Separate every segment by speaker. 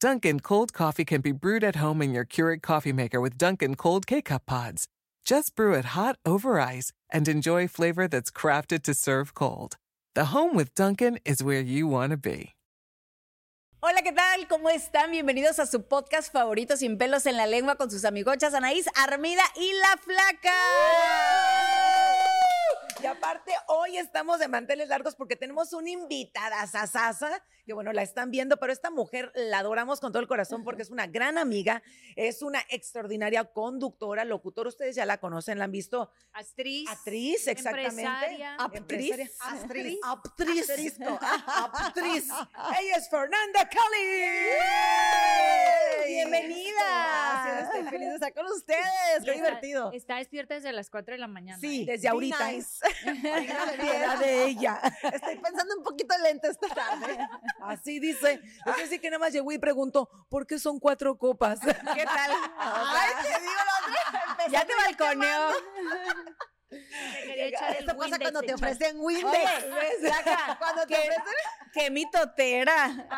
Speaker 1: Dunkin' cold coffee can be brewed at home in your Keurig coffee maker with Dunkin' cold K-Cup pods. Just brew it hot over ice and enjoy flavor that's crafted to serve cold. The home with Dunkin' is where you want to be.
Speaker 2: Hola, ¿qué tal? ¿Cómo están? Bienvenidos a su podcast favorito Sin pelos en la lengua con sus amigochas Anaís, Armida y La Flaca.
Speaker 3: Y aparte, hoy estamos de manteles largos porque tenemos una invitada, Sasasa, que bueno, la están viendo, pero esta mujer la adoramos con todo el corazón porque es una gran amiga, es una extraordinaria conductora, locutora, ustedes ya la conocen, la han visto,
Speaker 4: Actriz.
Speaker 3: actriz, exactamente.
Speaker 4: Empresaria.
Speaker 3: Actriz.
Speaker 4: Actriz.
Speaker 3: Actriz. Ah, Actriz. Ella es Fernanda Kelly.
Speaker 2: Bienvenida.
Speaker 3: Gracias, estoy este, feliz de estar con ustedes.
Speaker 4: Y
Speaker 3: Qué
Speaker 4: está-
Speaker 3: divertido.
Speaker 4: Está despierta desde las 4 de la mañana.
Speaker 3: Sí,
Speaker 4: ¿eh?
Speaker 3: desde ahorita. piedad de ella. Estoy pensando un poquito lenta esta tarde. Así dice. Es decir, que nada más llegó y preguntó, ¿por qué son cuatro copas?
Speaker 2: ¿Qué tal?
Speaker 3: te digo la
Speaker 2: ya te balconeo.
Speaker 4: Te quería echar el Windex, echar-
Speaker 2: Oye,
Speaker 3: Pues,
Speaker 2: Flaca, qué, qué mitotera.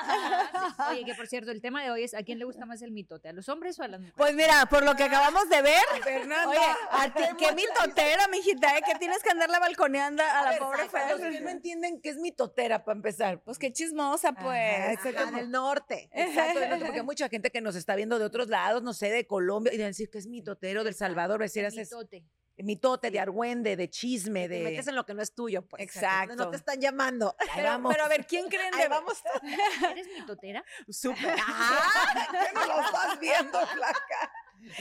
Speaker 4: Oye, que por cierto, el tema de hoy es ¿a quién le gusta más el mitote? ¿A los hombres o a las mujeres?
Speaker 2: Pues mira, por lo que acabamos de ver,
Speaker 3: Fernanda.
Speaker 2: oye, a ti, qué mitotera, mijita, ¿eh? que tienes que andarla balconeando a la
Speaker 3: ver,
Speaker 2: pobre
Speaker 3: saca, los que no
Speaker 2: Fer.
Speaker 3: entienden qué es mi totera para empezar.
Speaker 2: Pues qué chismosa, pues.
Speaker 3: del norte. Exacto, del norte, porque hay mucha gente que nos está viendo de otros lados, no sé, de Colombia, y decir que es mi totero del Salvador, decir,
Speaker 4: El
Speaker 3: pues, es
Speaker 4: mitote.
Speaker 3: mitote de argüende, de chisme, de...
Speaker 5: metes en lo que no es tuyo, pues.
Speaker 2: Exacto.
Speaker 5: No te están llamando.
Speaker 3: Ahí
Speaker 2: Pero,
Speaker 3: vamos.
Speaker 2: pero a ver, ¿quién creen de vamos?
Speaker 4: ¿Eres mitotera?
Speaker 2: Ah,
Speaker 3: ¿Qué no lo estás viendo, flaca?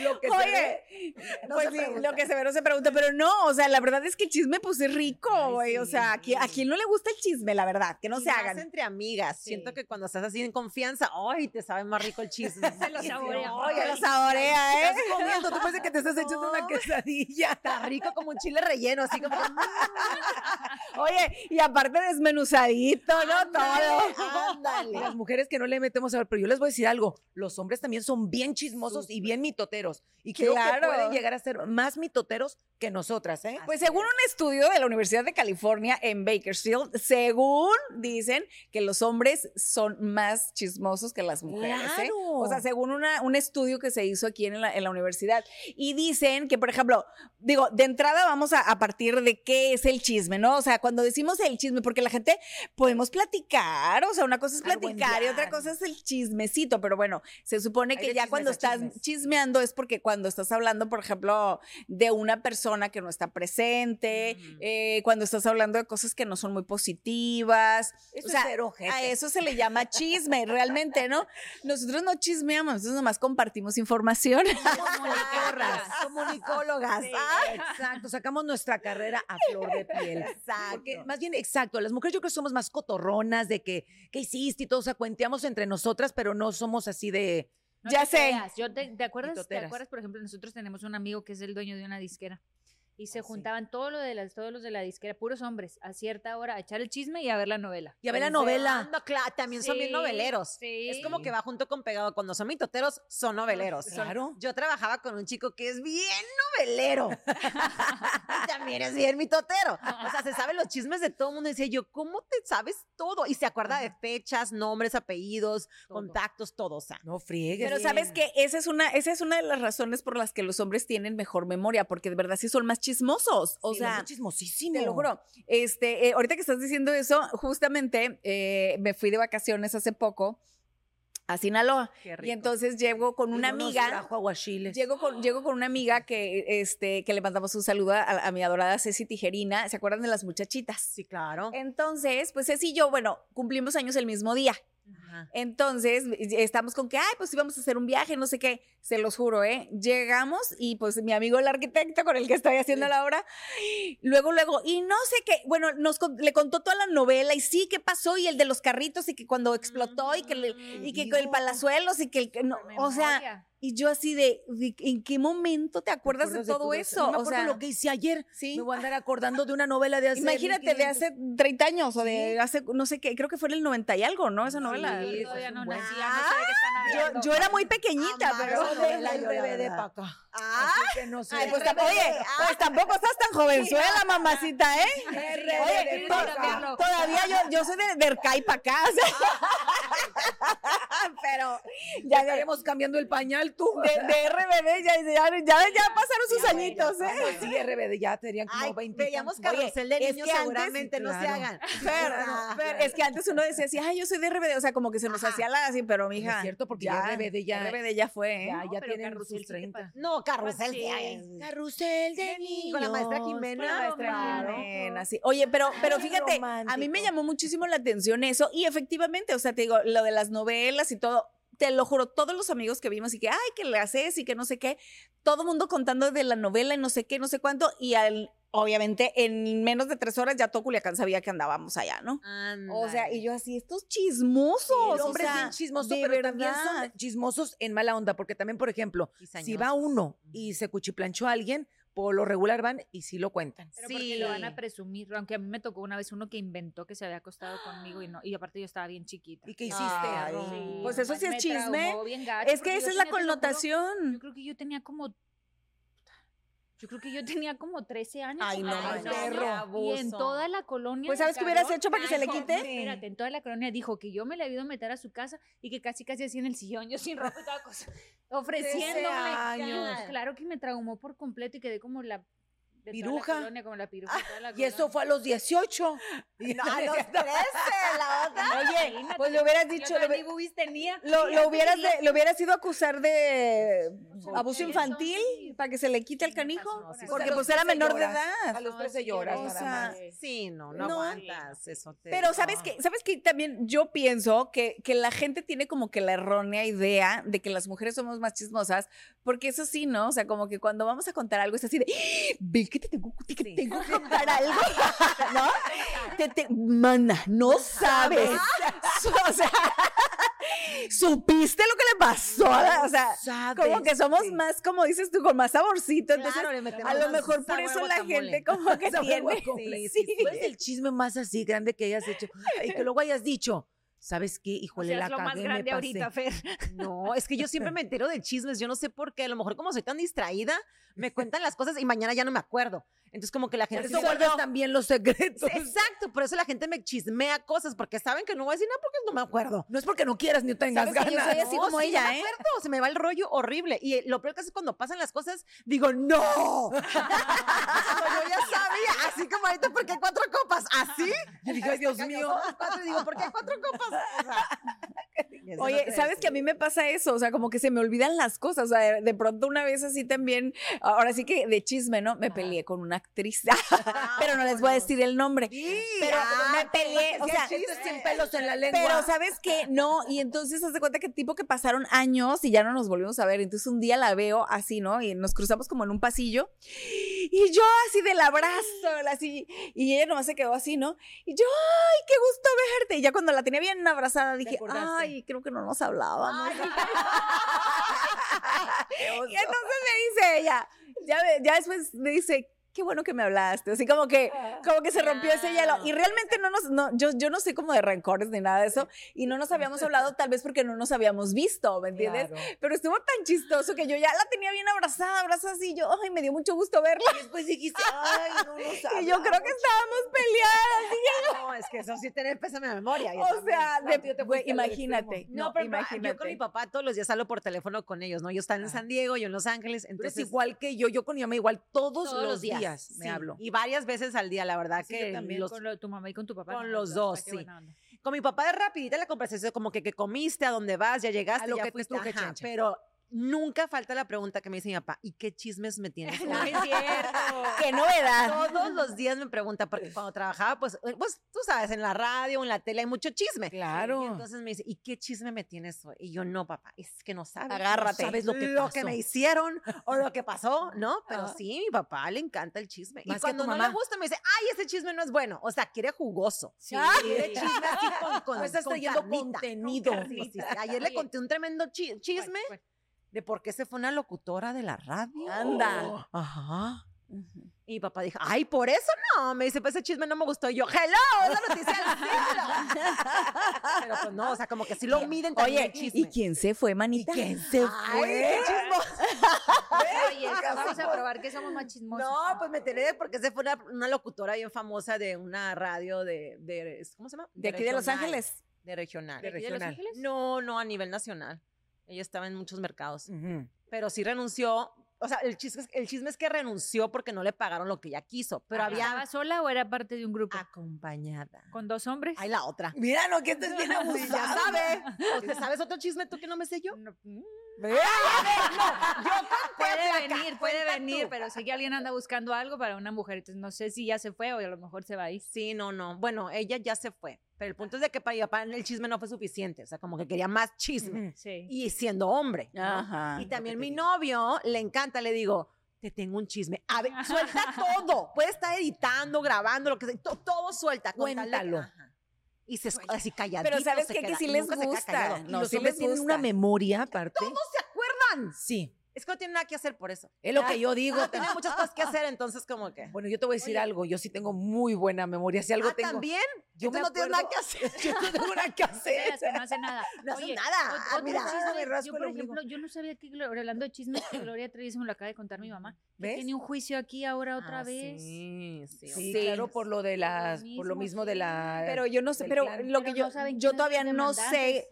Speaker 3: Lo que se ve.
Speaker 2: Oye, pues
Speaker 3: se
Speaker 2: sí,
Speaker 3: pregunta.
Speaker 2: lo que se ve no se pregunta, pero no, o sea, la verdad es que el chisme pues es rico, güey, o sea, ¿a quién, a quién no le gusta el chisme, la verdad, que no
Speaker 5: Y
Speaker 2: se
Speaker 5: más
Speaker 2: hagan.
Speaker 5: entre amigas. Siento que cuando estás así en confianza, ¡ay! Te sabe más rico el chisme.
Speaker 4: Se lo saborea.
Speaker 2: Oye, lo saborea, ¿eh?
Speaker 3: Estás comiendo, tú parece que te estás echando una quesadilla.
Speaker 5: Está rico como un chile relleno, así como.
Speaker 2: Oye, y aparte desmenuzadito, ¿no? Todo.
Speaker 5: Ándale.
Speaker 3: Las mujeres que no le metemos a ver, pero yo les voy a decir algo. Los hombres también son bien chismosos y bien mitoteros. Y creo
Speaker 2: Claro.
Speaker 3: que pueden llegar a ser más mitoteros que nosotras, ¿eh?
Speaker 2: Pues según un estudio de la Universidad de California en Bakersfield, según dicen que los hombres son más chismosos que las mujeres. ¿eh?
Speaker 3: Claro.
Speaker 2: O sea, según una- un estudio que se hizo aquí en la, en la universidad. Y dicen que, por ejemplo, digo, de entrada vamos a, a partir de qué es el chisme, ¿no? O sea, cuando decimos el chisme, porque la gente podemos platicar, o sea, una cosa es platicar y otra cosa es el chismecito, pero bueno, se supone
Speaker 3: Hay
Speaker 2: que
Speaker 3: de
Speaker 2: ya
Speaker 3: chismes
Speaker 2: cuando
Speaker 3: a
Speaker 2: estás
Speaker 3: chismes.
Speaker 2: chismeando es porque cuando estás hablando, por ejemplo, de una persona que no está presente,
Speaker 3: Mm.
Speaker 2: eh, cuando estás hablando de cosas que no son muy positivas. o
Speaker 3: Eso es
Speaker 2: sea,
Speaker 3: ser ojete.
Speaker 2: a eso se le llama chisme, realmente, ¿no? Nosotros no chismeamos, nosotros nomás compartimos información.
Speaker 5: Comunicarras, comunicólogas. Ah,
Speaker 3: Exacto, sacamos nuestra carrera a flor de piel.
Speaker 5: Exacto.
Speaker 3: Porque más bien, exacto, las mujeres yo creo que somos más cotorronas de que, ¿qué hiciste? Y todo, o sea, cuenteamos entre nosotras, pero no somos así de...
Speaker 4: No
Speaker 2: Ya
Speaker 4: te
Speaker 2: sé.
Speaker 4: creas, Yo te, ¿te acuerdas? ¿Te
Speaker 3: Mitoteras.
Speaker 4: acuerdas? Por ejemplo, nosotros tenemos un amigo que es el dueño de una disquera. Y se
Speaker 3: Ah, sí.
Speaker 4: juntaban todo lo de las, todos los de la disquera, puros hombres, a cierta hora a echar el chisme y a ver la novela.
Speaker 3: Y a ver la
Speaker 5: sí,
Speaker 3: novela.
Speaker 5: anda, cla- también son bien
Speaker 4: Sí,
Speaker 5: noveleros.
Speaker 4: sí.
Speaker 5: Es como que va junto con pegado. Cuando son mitoteros, son noveleros.
Speaker 3: Claro.
Speaker 5: Yo trabajaba con un chico que es bien novelero. y también es bien mitotero. O sea, se sabe los chismes de todo el mundo. Decía yo, ¿cómo te sabes todo? Y se acuerda de fechas, nombres, apellidos,
Speaker 4: Todo.
Speaker 5: contactos, todo. O sea,
Speaker 3: No friegues.
Speaker 2: Pero sabes que esa es una, esa es una de las razones por las que los hombres tienen mejor memoria, porque de verdad sí son más chismosos. O
Speaker 3: Sí,
Speaker 2: sea,
Speaker 3: es chismosísimo.
Speaker 2: Te lo juro. Este, eh, ahorita que estás diciendo eso, justamente eh, me fui de vacaciones hace poco a Sinaloa. Y entonces llego con una
Speaker 3: Y no nos
Speaker 2: amiga.
Speaker 3: trajo aguachiles.
Speaker 2: Llego con, llego con una amiga que, este, que le mandamos un saludo a, a mi adorada Ceci Tijerina. ¿Se acuerdan de las muchachitas?
Speaker 5: sí, claro.
Speaker 2: Entonces, pues Ceci y yo, bueno, cumplimos años el mismo día.
Speaker 5: Ajá.
Speaker 2: Entonces, estamos con que, ay, pues sí, vamos a hacer un viaje, no sé qué, se los juro, ¿eh? Llegamos y pues mi amigo el arquitecto con el que estoy haciendo la obra, luego, luego, y no sé qué, bueno, nos, con- le contó toda la novela y sí, qué pasó, y el de los carritos y que cuando explotó y que, le- y que con el
Speaker 3: Dios.
Speaker 2: palazuelos y que, el, que no, o sea, y yo así de, de- ¿en qué momento te acuerdas de todo eso?
Speaker 3: No me
Speaker 2: o
Speaker 3: acuerdo
Speaker 2: sea,
Speaker 3: lo que hice ayer.
Speaker 2: sí.
Speaker 3: Me voy a andar acordando de una novela de hace.
Speaker 2: Imagínate de
Speaker 3: 1500.
Speaker 2: hace 30 años o de hace, no sé qué, creo que fue en el 90 y algo, ¿no? Esa novela.
Speaker 4: Sí, yo
Speaker 3: eso
Speaker 4: todavía
Speaker 3: es
Speaker 4: no
Speaker 3: un buen-
Speaker 4: nacía, no sé de qué están
Speaker 2: Yo,
Speaker 4: hablando.
Speaker 2: yo era muy pequeñita,
Speaker 5: Amaba
Speaker 2: pero...
Speaker 3: Yo de
Speaker 5: esa
Speaker 3: la-
Speaker 5: novela,
Speaker 3: yo
Speaker 5: la
Speaker 3: bebé de
Speaker 5: verdad.
Speaker 3: Paco. Así
Speaker 5: Ah,
Speaker 3: que no sé.
Speaker 2: Ay, pues, tamp- oye, pues tampoco estás tan jovenzuela, mamacita, ¿eh?
Speaker 3: RBD,
Speaker 2: Oye,
Speaker 4: Paco.
Speaker 2: to- todavía yo, yo soy de, de Ercay para acá, o sea. pero
Speaker 3: ya
Speaker 2: ya de,
Speaker 3: estaremos cambiando el pañal tú.
Speaker 2: de, de RBD ya, ya, ya, ya pasaron sus
Speaker 5: Ya, bueno,
Speaker 2: añitos,
Speaker 3: Ah, no,
Speaker 2: ¿eh?
Speaker 3: sí, RBD, ya tenían como
Speaker 5: ay,
Speaker 3: 20.
Speaker 5: veíamos
Speaker 3: tantos. Oye,
Speaker 5: carrusel de
Speaker 2: es
Speaker 5: niños
Speaker 2: que antes-
Speaker 5: seguramente, no se
Speaker 3: claro.
Speaker 5: hagan.
Speaker 2: Fer,
Speaker 5: Ah,
Speaker 2: Fer, es que antes uno decía así, ay, yo soy de RBD, o sea, como que se nos
Speaker 5: Ajá.
Speaker 2: hacía la así, pero mija.
Speaker 3: No es cierto, porque ya RBD ya-
Speaker 2: RBD ya fue, ¿eh?
Speaker 3: ya,
Speaker 4: No,
Speaker 3: ya
Speaker 4: pero
Speaker 3: tienen
Speaker 4: Carrusel
Speaker 3: sus
Speaker 4: sí te
Speaker 3: 30.
Speaker 4: pa-
Speaker 5: No, carrusel.
Speaker 4: Pues sí.
Speaker 2: Mm.
Speaker 5: ay,
Speaker 3: Carrusel de
Speaker 5: niños. Con la maestra Jimena.
Speaker 4: Con la maestra
Speaker 2: Claro.
Speaker 4: Jimena.
Speaker 2: Bien, así. Oye, pero, pero
Speaker 3: Ay,
Speaker 2: fíjate, a mí me
Speaker 3: romántico.
Speaker 2: llamó muchísimo la atención eso y efectivamente, o sea, te digo, lo de las novelas y todo, te lo juro, todos los amigos que vimos y que, ay, que le haces y que no sé qué, todo mundo contando de la novela y no sé qué, no sé cuánto, y al- obviamente en menos de tres horas ya todo Culiacán sabía que andábamos allá, ¿no? O sea, y yo así, estos chismosos,
Speaker 3: Los hombres
Speaker 2: o sea,
Speaker 3: bien chismosos,
Speaker 2: de
Speaker 3: pero también son
Speaker 2: verdad.
Speaker 3: chismosos en mala onda, porque también, por ejemplo, si
Speaker 5: Cizañosos.
Speaker 3: va uno y se cuchiplanchó a alguien, por lo regular van y sí lo cuentan.
Speaker 4: Pero porque lo van
Speaker 5: Sí.
Speaker 4: a presumir, aunque a mí me tocó una vez uno que inventó que se había acostado conmigo y no, y aparte yo estaba bien chiquita.
Speaker 3: ¿Y qué hiciste?
Speaker 5: Ay,
Speaker 3: Ro?
Speaker 4: Sí,
Speaker 2: Pues eso
Speaker 4: nomás
Speaker 2: sí es
Speaker 4: me
Speaker 2: chisme.
Speaker 4: traumó bien gacho,
Speaker 2: Es que
Speaker 4: porque
Speaker 2: esa
Speaker 4: yo
Speaker 2: es la
Speaker 4: tenía, te lo juro, Yo
Speaker 2: connotación.
Speaker 4: creo que yo tenía como. Yo creo que yo tenía como 13 años.
Speaker 2: Ay, no,
Speaker 4: catorce
Speaker 2: ay, no,
Speaker 4: años,
Speaker 2: qué
Speaker 4: Y en toda la colonia.
Speaker 2: Pues,
Speaker 4: el
Speaker 2: ¿sabes qué hubieras
Speaker 4: cabrón-
Speaker 2: hecho para que se le
Speaker 4: Ay,
Speaker 2: quite?
Speaker 4: no, Espérate, en toda la colonia dijo que yo me la había ido a meter a su casa y que casi casi así en el sillón, yo sin ropa y toda cosa. Ofreciéndome.
Speaker 3: años.
Speaker 4: Claro que me traumó por completo y quedé como la. de toda la
Speaker 3: Piruja.
Speaker 4: colonia, como la piruja. de toda la
Speaker 3: Y eso
Speaker 4: colonia.
Speaker 3: fue a los 18.
Speaker 5: No, a los 13, la otra.
Speaker 2: Oye,
Speaker 4: Imagínate,
Speaker 2: pues le hubieras
Speaker 4: yo
Speaker 2: dicho,
Speaker 4: todavía
Speaker 2: lo hubie-
Speaker 4: ni boobies tenía.
Speaker 2: Lo,
Speaker 4: Y
Speaker 2: lo
Speaker 4: eso
Speaker 2: hubieras
Speaker 4: quería-
Speaker 2: de- lo hubieras ido a acusar de
Speaker 4: Por
Speaker 2: abuso
Speaker 4: eso,
Speaker 2: infantil
Speaker 4: sí.
Speaker 2: para que se le quite el
Speaker 4: Sí, me pasó
Speaker 2: canijo,
Speaker 4: por ahí.
Speaker 2: porque
Speaker 4: Pero
Speaker 2: pues
Speaker 3: sí
Speaker 2: era
Speaker 3: se
Speaker 2: menor de
Speaker 3: llora.
Speaker 2: edad.
Speaker 3: A los
Speaker 4: No,
Speaker 3: 13
Speaker 4: sí,
Speaker 3: lloras
Speaker 2: o
Speaker 3: nada
Speaker 2: sea,
Speaker 3: más.
Speaker 5: Sí, no, no,
Speaker 2: No.
Speaker 5: aguantas. Eso te
Speaker 2: Pero sabes
Speaker 5: no.
Speaker 2: que sabes que también yo pienso que, que la gente tiene como que la errónea idea de que las mujeres somos más chismosas, porque eso sí, ¿no? O sea, como que cuando vamos a contar algo es así de, "¡Ah! ve que te tengo, que te
Speaker 5: Sí.
Speaker 2: tengo que contar algo, ¿no? Te, te- mana, no sabes. o sea, supiste lo que le pasó, a la- o sea, como que somos más, como dices tú, con más saborcito. Entonces,
Speaker 5: Claro, le metemos
Speaker 2: a lo
Speaker 5: más
Speaker 2: mejor por
Speaker 5: sabor
Speaker 2: eso
Speaker 5: al
Speaker 2: la
Speaker 5: guacamole.
Speaker 2: gente como que
Speaker 3: Sabe
Speaker 2: tiene.
Speaker 3: guacamole.
Speaker 2: Sí, pues,
Speaker 3: Sí, ¿Cuál es el chisme más así grande que hayas hecho? Y que luego hayas dicho, ¿sabes qué?
Speaker 4: O
Speaker 3: Híjole,
Speaker 4: sea, es
Speaker 3: la
Speaker 4: lo más
Speaker 3: cagué, me
Speaker 4: grande
Speaker 3: pasé.
Speaker 4: ahorita, Fer.
Speaker 5: No, es que yo siempre me entero de chismes, yo no sé por qué, a lo mejor como soy tan distraída, me cuentan las cosas y mañana ya no me acuerdo. Entonces como que la
Speaker 3: Por
Speaker 5: gente...
Speaker 3: eso guardas también los secretos.
Speaker 5: Exacto, por eso la gente me chismea cosas, porque saben que no voy a decir nada porque no me acuerdo.
Speaker 3: No es porque no quieras ni tengas
Speaker 2: Sabes que yo
Speaker 3: ganas.
Speaker 2: soy así
Speaker 5: No,
Speaker 2: como
Speaker 5: sí,
Speaker 2: ella,
Speaker 5: no me
Speaker 2: ¿eh?
Speaker 5: acuerdo, se me va el rollo horrible. Y eh, lo peor que es cuando pasan las cosas, digo, ¡no! Como yo ya sabía, así como ahorita, ¿por qué cuatro copas? ¿Así?
Speaker 3: Yo dije, "Ay, Dios mío.
Speaker 5: Cuatro, y digo, ¿por qué cuatro copas? O sea,
Speaker 2: Oye, ¿sabes que a mí me pasa eso? O sea, como que se me olvidan las cosas. O sea, de- de pronto una vez así también, ahora sí que de chisme, ¿no? Me peleé con una actriz, pero no les voy a decir el nombre. Pero me peleé, o sea,
Speaker 3: sin pelos en la lengua.
Speaker 2: Pero sabes que no, y entonces haz de cuenta que tipo que pasaron años y ya no nos volvimos a ver. Entonces un día la veo así, ¿no? Y nos cruzamos como en un pasillo. Y yo así del abrazo, así, y ella nomás se quedó así, ¿no? Y yo, ay, qué gusto verte. Y ya cuando la tenía bien abrazada, dije,
Speaker 3: acordaste?
Speaker 2: ay, creo que no nos hablábamos.
Speaker 3: oso.
Speaker 2: y entonces me dice ella, ya, me- ya después me dice, qué bueno que me hablaste. Así como que, como que se rompió ese hielo. Y realmente no nos, no, yo, yo no sé como de rencores ni nada de eso. Y no nos habíamos hablado tal vez porque no nos habíamos visto, ¿me entiendes? Pero estuvo tan chistoso que yo ya la tenía bien abrazada, abrazada así. Yo, ay, me dio mucho gusto verla.
Speaker 3: Y después dijiste, ay, no, no sabes.
Speaker 2: Y yo creo que estábamos peleadas.
Speaker 5: No, es que eso sí tener pésame memoria. yo
Speaker 2: O
Speaker 5: también.
Speaker 2: sea, de- güey,
Speaker 3: al
Speaker 2: imagínate.
Speaker 5: No, pero
Speaker 2: imagínate.
Speaker 5: yo con mi papá todos los días hablo por teléfono con ellos, ¿no? Yo están en San Diego, yo en Los Ángeles,
Speaker 3: Tú eres
Speaker 5: entonces
Speaker 3: igual que yo, yo con mi mamá igual todos,
Speaker 5: todos
Speaker 3: los días, me
Speaker 5: sí,
Speaker 3: hablo.
Speaker 5: Y varias veces al día, la verdad
Speaker 4: Sí, yo
Speaker 5: que
Speaker 4: también
Speaker 5: los-
Speaker 4: con lo- tu mamá y con tu papá.
Speaker 5: con
Speaker 4: ¿no?
Speaker 5: los dos,
Speaker 4: Ah, qué
Speaker 5: sí.
Speaker 4: buena onda.
Speaker 5: Con mi papá es rapidita la conversación, como que, que comiste, a dónde vas, ya llegaste,
Speaker 3: A lo
Speaker 5: ya
Speaker 3: que tú
Speaker 5: fuiste,
Speaker 3: que
Speaker 5: ajá,
Speaker 3: chencha.
Speaker 5: pero nunca falta la pregunta que me dice mi papá, ¿y qué chismes me tienes? hoy?"
Speaker 4: No es cierto.
Speaker 2: ¡Qué novedad!
Speaker 5: Todos los días me pregunta, porque cuando trabajaba, pues, eh, pues tú sabes, en la radio, en la tele hay mucho chisme. Y
Speaker 2: Claro.
Speaker 5: entonces me dice, ¿y qué chisme me tienes hoy? Y yo, no, papá, es que no sabes. no
Speaker 2: Agárrate.
Speaker 5: sabes lo que
Speaker 2: Lo que
Speaker 5: pasó".
Speaker 2: me
Speaker 5: hicieron o lo que pasó, ¿no? Pero
Speaker 2: Ah.
Speaker 5: sí, mi papá le encanta el chisme.
Speaker 2: Más que
Speaker 5: y
Speaker 2: a
Speaker 5: cuando
Speaker 2: tu
Speaker 5: no le
Speaker 2: mamá.
Speaker 5: gusta, me dice, ay, ese chisme no es bueno. O sea, quiere jugoso.
Speaker 4: Sí.
Speaker 5: Quiere chisme así con, con,
Speaker 3: No
Speaker 2: Pues
Speaker 3: estás
Speaker 5: con
Speaker 3: trayendo
Speaker 5: carnita,
Speaker 3: contenido.
Speaker 5: con carnita. Sí, sí. Ayer le
Speaker 4: Oye.
Speaker 5: conté un tremendo
Speaker 2: Pues,
Speaker 5: chi- chisme de por qué se fue una locutora de la radio.
Speaker 2: Anda.
Speaker 5: Ajá. Y mi papá dijo, ay, por eso no. Me dice, pues ese chisme no me gustó. Y yo, hello, es la noticia del siglo. Pero pues no, o sea, como que sí lo miden también
Speaker 2: Oye,
Speaker 5: el chisme.
Speaker 2: ¿y quién se fue, manita? quién se
Speaker 5: Ay, qué chismoso.
Speaker 4: Oye, vamos a probar que somos más chismosos.
Speaker 5: No, pues me enteré de porque se fue una, una locutora bien famosa de una radio de, de- ¿cómo se llama?
Speaker 2: De aquí de Los
Speaker 5: regional,
Speaker 2: Ángeles.
Speaker 5: De regional.
Speaker 4: ¿De aquí de Los
Speaker 3: regional.
Speaker 4: Ángeles?
Speaker 5: No, no, a nivel nacional. Ella estaba en muchos mercados. Pero sí renunció. O sea, el chisme, es- el chisme es que renunció porque no le pagaron lo que ella quiso. Pero había
Speaker 4: ¿Estaba sola o era parte de un grupo?
Speaker 5: acompañada.
Speaker 4: ¿Con dos hombres?
Speaker 5: Ahí la otra.
Speaker 3: Mira lo que este es bien
Speaker 5: Pues ya
Speaker 3: abusado.
Speaker 5: sabe. ¿O te sabes otro chisme tú que no me sé yo?
Speaker 4: No, mm.
Speaker 5: Yo conté
Speaker 4: puede
Speaker 5: Blanca,
Speaker 4: venir, puede
Speaker 5: cuenta
Speaker 4: venir,
Speaker 5: tú.
Speaker 4: pero sé que alguien anda buscando algo para una mujer, entonces no sé si ya se fue o a lo mejor se va a ir.
Speaker 5: Sí, no, no. Bueno, ella ya se fue. Pero el punto es de que para mi papá el chisme no fue suficiente. O sea, como que quería más chisme.
Speaker 4: Sí.
Speaker 5: Y siendo hombre. ¿no?
Speaker 2: Ajá.
Speaker 5: Y también mi novio le encanta, le digo, te tengo un chisme. A ver, suelta todo. Puede estar editando, grabando, lo que sea. to- todo suelta. con tal de-
Speaker 3: Cuéntalo.
Speaker 5: Ajá. Y se esconde así calladito.
Speaker 2: Pero ¿sabes
Speaker 5: se
Speaker 2: qué? Que
Speaker 5: queda-
Speaker 2: sí les
Speaker 5: nunca se queda
Speaker 2: gusta.
Speaker 5: callado.
Speaker 3: Y
Speaker 2: No,
Speaker 3: los
Speaker 2: sí
Speaker 3: hombres
Speaker 2: les
Speaker 3: tienen
Speaker 2: gusta.
Speaker 3: una memoria aparte.
Speaker 5: Todos se acuerdan.
Speaker 3: Sí,
Speaker 5: Es que no tienen nada que hacer por eso.
Speaker 3: es lo que yo digo.
Speaker 5: No tienen muchas cosas que hacer, entonces como que...
Speaker 3: Bueno, yo te voy a decir
Speaker 5: Oye.
Speaker 3: algo. Yo sí tengo muy buena memoria. Si algo
Speaker 5: ah,
Speaker 3: tengo.
Speaker 5: también.
Speaker 3: Yo me
Speaker 5: Entonces no tienes nada
Speaker 3: acuerdo-
Speaker 5: que hacer.
Speaker 3: Yo no tengo nada que
Speaker 4: De
Speaker 3: hacer.
Speaker 4: las que no hace nada.
Speaker 5: No hacen
Speaker 4: Oye,
Speaker 5: nada.
Speaker 4: ot-
Speaker 5: Ah,
Speaker 4: otro
Speaker 5: mira,
Speaker 4: chisme,
Speaker 3: me rasco
Speaker 4: yo,
Speaker 3: el
Speaker 4: por
Speaker 3: ombligo.
Speaker 4: ejemplo, yo no sabía que, Glo- hablando de chismes, que Gloria Treviso me lo acaba de contar mi mamá. que
Speaker 3: ¿Ves?
Speaker 4: Tiene un juicio aquí ahora otra
Speaker 5: Ah,
Speaker 4: vez.
Speaker 5: Sí, sí,
Speaker 3: Sí,
Speaker 5: sí.
Speaker 3: claro, por lo de las, por lo
Speaker 4: mismo,
Speaker 3: mismo de
Speaker 4: sí.
Speaker 3: la.
Speaker 2: Pero yo no sé,
Speaker 3: del
Speaker 4: Pues
Speaker 2: pero
Speaker 3: plan.
Speaker 2: lo que
Speaker 4: Pero no
Speaker 2: yo,
Speaker 4: saben
Speaker 2: yo
Speaker 4: quiénes
Speaker 2: todavía
Speaker 4: son
Speaker 2: no sé.
Speaker 4: demandantes.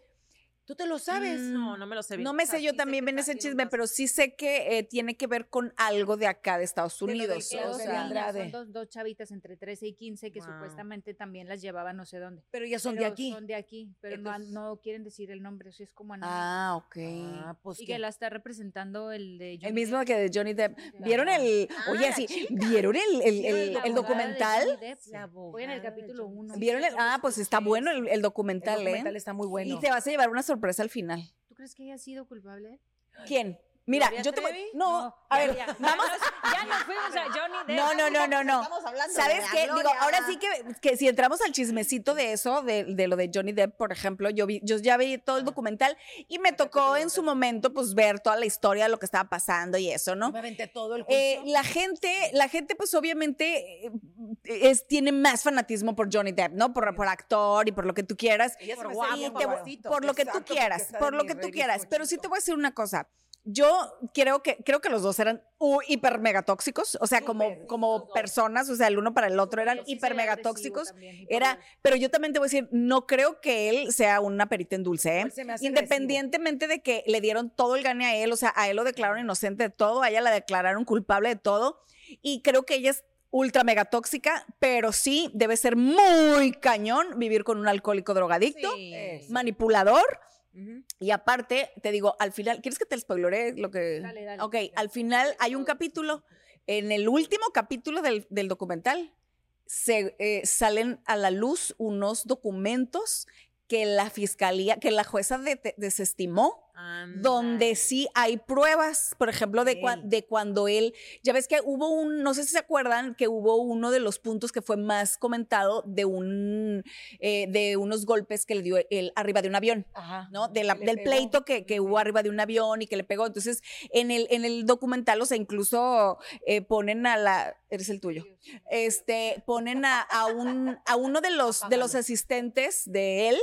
Speaker 2: Tú te lo sabes.
Speaker 5: Mm, No, no me lo sé bien.
Speaker 2: No me
Speaker 5: O sea,
Speaker 2: sé yo
Speaker 5: sí
Speaker 2: también
Speaker 5: que
Speaker 2: bien ese
Speaker 5: está-
Speaker 2: chisme, pero sí sé que eh, tiene que ver con algo de acá de Estados
Speaker 3: lo del
Speaker 2: Unidos.
Speaker 4: Que
Speaker 3: o
Speaker 4: dos
Speaker 3: sea,
Speaker 4: niñas,
Speaker 3: Andrade.
Speaker 4: son dos, dos chavitas entre 13 y 15 que
Speaker 5: Wow.
Speaker 4: supuestamente también las llevaban no sé dónde.
Speaker 3: Pero ya son de
Speaker 4: Pero
Speaker 3: aquí.
Speaker 4: Son de aquí, pero no han-
Speaker 3: Entonces-
Speaker 4: no, quieren decir el nombre, así es como anónimo.
Speaker 2: Ah, ok.
Speaker 3: Ah, pues
Speaker 4: y
Speaker 3: ¿qué?
Speaker 4: que la está representando el de Johnny
Speaker 2: el mismo
Speaker 4: Depp.
Speaker 2: que de Johnny Depp.
Speaker 4: Claro.
Speaker 2: ¿Vieron el.
Speaker 5: Ah,
Speaker 2: Oye,
Speaker 5: la
Speaker 2: sí.
Speaker 5: chica.
Speaker 2: ¿Vieron el, el- el-
Speaker 4: La
Speaker 2: el
Speaker 4: abogada de
Speaker 2: documental?
Speaker 4: Johnny Depp.
Speaker 5: La
Speaker 4: Voy en el
Speaker 5: abogada
Speaker 4: capítulo
Speaker 5: de Johnny
Speaker 4: 1.
Speaker 2: ¿Vieron el.? Ah, pues está bueno el, el
Speaker 3: El
Speaker 2: documental, ¿eh?
Speaker 3: documental está muy bueno.
Speaker 2: Y te vas a llevar una sorpresa al final.
Speaker 4: ¿Tú crees que haya sido culpable?
Speaker 2: ¿Quién? Mira,
Speaker 5: ¿Gloria
Speaker 2: yo te voy.
Speaker 5: Trevi?
Speaker 2: No, a ver, vamos.
Speaker 4: Ya nos fuimos a Johnny Depp.
Speaker 2: No, no, no, no, no.
Speaker 5: Estamos hablando de
Speaker 2: ¿Sabes
Speaker 5: la
Speaker 2: qué? Digo,
Speaker 5: Gloria.
Speaker 2: ahora sí que, que si entramos al chismecito de eso, de, de lo de Johnny Depp, por ejemplo, yo, vi, yo ya vi todo el documental y me tocó en su momento pues ver toda la historia de lo que estaba pasando y eso, ¿no?
Speaker 3: Me aventé todo el
Speaker 2: Eh,
Speaker 3: juicio.
Speaker 2: la gente, la gente, pues obviamente eh, es, tiene más fanatismo por Johnny Depp, ¿no? Por, por actor y por lo que tú quieras.
Speaker 3: Ella se
Speaker 5: por
Speaker 3: me
Speaker 5: guapo,
Speaker 3: salió
Speaker 2: Y
Speaker 5: por
Speaker 2: te-
Speaker 3: guapa.
Speaker 5: guapito.
Speaker 2: por lo que tú
Speaker 3: Exacto, porque
Speaker 2: quieras,
Speaker 3: está
Speaker 2: por
Speaker 3: de
Speaker 2: lo
Speaker 3: mi
Speaker 2: que tú
Speaker 3: rey
Speaker 2: quieras. Pero sí te
Speaker 3: bizcochito.
Speaker 2: voy a decir una cosa. Yo creo que, creo que los dos eran u- hiper megatóxicos, o sea, como,
Speaker 3: Súper.
Speaker 2: como personas, o sea, el uno para el otro eran hiper megatóxicos. Era, pero yo también te voy a decir, no creo que él sea una perita en dulce, ¿eh?
Speaker 3: Él se me hace
Speaker 2: Independientemente de que le dieron todo el gane a él, o sea, a él lo declararon inocente de todo, a ella la declararon culpable de todo, y creo que ella es ultra mega tóxica, pero sí debe ser muy cañón vivir con un alcohólico drogadicto,
Speaker 5: Sí.
Speaker 2: manipulador,
Speaker 3: agresivo. Ujú.
Speaker 2: y aparte, te digo, al final, ¿quieres que te spoilore lo que...?
Speaker 4: Dale, dale.
Speaker 2: ok, al final hay un capítulo, en el último capítulo del, del documental, se eh, salen a la luz unos documentos que la fiscalía, que la jueza dete- desestimó
Speaker 5: Ándale.
Speaker 2: donde sí hay pruebas, por ejemplo, de, cua-
Speaker 3: Mm, Ok.
Speaker 2: de cuando él, ya ves que hubo un, no sé si se acuerdan, que hubo uno de los puntos que fue más comentado de un, eh, de unos golpes que le dio él arriba de un avión.
Speaker 3: Ajá.
Speaker 2: ¿no? De la-
Speaker 3: Que le
Speaker 2: del
Speaker 3: pegó.
Speaker 2: pleito que, que hubo arriba de un avión y que le pegó. Entonces, en el, en el documental, o sea, incluso eh, ponen a la. Eres el tuyo. Este, ponen a, a un, a uno de los, de los asistentes de él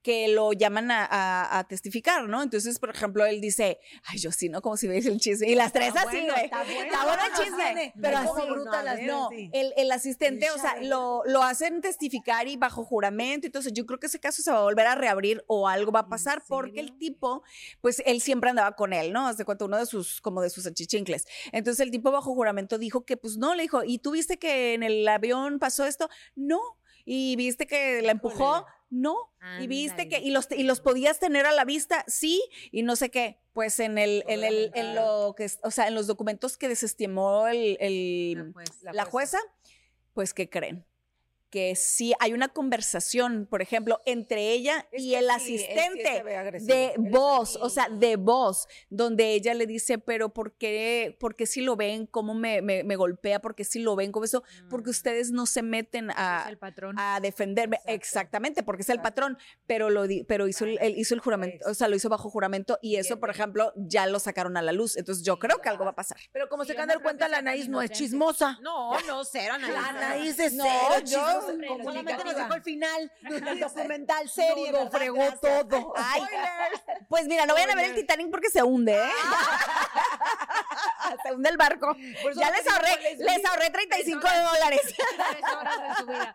Speaker 2: que lo llaman a, a- a testificar, ¿no? Entonces, por ejemplo, él dice, ay, yo sí, ¿no? Como si veis el chisme. Y las tres
Speaker 5: Está
Speaker 2: así, güey.
Speaker 5: bueno,
Speaker 2: Está
Speaker 5: está
Speaker 2: bueno,
Speaker 5: bueno.
Speaker 2: el chisme.
Speaker 3: No,
Speaker 2: Pero
Speaker 3: no,
Speaker 2: así,
Speaker 3: como bruta las
Speaker 2: no,
Speaker 3: ven, sí.
Speaker 2: el, el asistente, o sea,
Speaker 3: Chale.
Speaker 2: lo, lo hacen testificar y bajo juramento. Entonces, yo creo que ese caso se va a volver a reabrir o algo va a pasar porque el tipo, pues él siempre andaba con él, ¿no? Hace cuenta uno de sus, como de sus achichincles. Entonces, el tipo bajo juramento dijo que, pues no, le dijo, ¿y tú viste que en el avión pasó esto? No. Y viste que la empujó. no. Y viste que,
Speaker 4: Ándale.
Speaker 2: y los, y los podías tener a la vista, sí, y no sé qué. Pues en el, en el, en lo que, es- o sea, en los documentos que desestimó el, el- la jueza, pues, ¿qué creen? Que sí hay una conversación, por ejemplo, entre ella y el asistente de voz, o sea, de voz, donde ella le dice, pero ¿por qué, por qué si lo ven, cómo me, me, me golpea? ¿Por qué si lo ven, cómo eso? Porque ustedes no se meten
Speaker 4: Ah, es
Speaker 2: a,
Speaker 4: el patrón.
Speaker 2: a defenderme.
Speaker 3: Exacto.
Speaker 2: Exactamente, porque es el
Speaker 3: Exacto.
Speaker 2: patrón, pero, lo di- pero hizo, el, él hizo el juramento,
Speaker 3: Pues.
Speaker 2: o sea, lo hizo bajo juramento y eso, por ejemplo, ya lo sacaron a la luz. Entonces yo creo que algo va a pasar.
Speaker 3: Pero como
Speaker 4: Sí,
Speaker 3: se
Speaker 4: yo
Speaker 3: acaban
Speaker 4: no
Speaker 3: de dar
Speaker 4: creo que
Speaker 3: cuenta, la
Speaker 4: sea tan
Speaker 3: Anaís no es
Speaker 4: inocente.
Speaker 3: chismosa.
Speaker 5: No, no, cero, Anaís.
Speaker 3: La Anaís es
Speaker 2: No,
Speaker 3: cero
Speaker 2: yo-
Speaker 3: chismosa.
Speaker 4: Hombre,
Speaker 3: comunicativa.
Speaker 5: Solamente nos dijo el final del
Speaker 3: Sí,
Speaker 5: documental serie.
Speaker 3: lo
Speaker 5: ¿verdad?
Speaker 3: fregó
Speaker 5: Gracias.
Speaker 3: todo.
Speaker 2: Ay, pues mira, no vayan a ver el Titanic porque se hunde, ¿eh? se hunde el barco.
Speaker 3: Ah. Por eso
Speaker 2: Ya
Speaker 3: no
Speaker 2: les
Speaker 3: te digo,
Speaker 2: ahorré,
Speaker 3: les-
Speaker 2: les ahorré 35
Speaker 4: horas.
Speaker 2: dólares.
Speaker 4: Tres horas de su vida.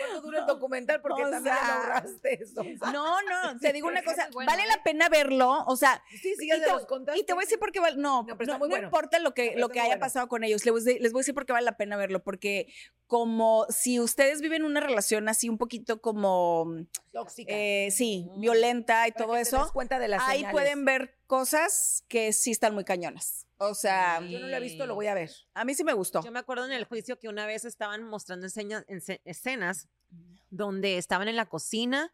Speaker 3: ¿Cuánto dura el documental? Porque
Speaker 2: O
Speaker 3: también
Speaker 2: sea,
Speaker 3: ahorraste eso.
Speaker 2: No, no, te digo una
Speaker 4: Está
Speaker 2: cosa,
Speaker 4: muy bueno,
Speaker 2: vale
Speaker 4: ¿eh?
Speaker 2: la pena verlo, o sea,
Speaker 3: Sí, sí,
Speaker 2: y
Speaker 3: ya se
Speaker 2: te-
Speaker 3: los contaste.
Speaker 2: y te voy a decir por qué vale, no,
Speaker 3: No,
Speaker 2: no,
Speaker 3: pero está muy
Speaker 2: no
Speaker 3: bueno.
Speaker 2: importa lo que,
Speaker 3: pero
Speaker 2: lo
Speaker 3: está
Speaker 2: que
Speaker 3: muy
Speaker 2: haya
Speaker 3: bueno.
Speaker 2: pasado con ellos, les voy, a decir- les voy a decir por qué vale la pena verlo, porque como si ustedes viven una relación así un poquito como,
Speaker 3: Tóxica.
Speaker 2: eh, sí,
Speaker 5: Mm.
Speaker 2: violenta y
Speaker 3: Para
Speaker 2: todo
Speaker 3: que te des
Speaker 2: eso,
Speaker 3: cuenta de las
Speaker 2: ahí
Speaker 3: señales.
Speaker 2: pueden ver cosas que sí están muy cañonas, o sea,
Speaker 5: Sí.
Speaker 3: Yo no lo he visto, lo voy a ver.
Speaker 2: a mí sí me gustó.
Speaker 5: Yo me acuerdo en el juicio que una vez estaban mostrando enseña- ense- escenas donde estaban en la cocina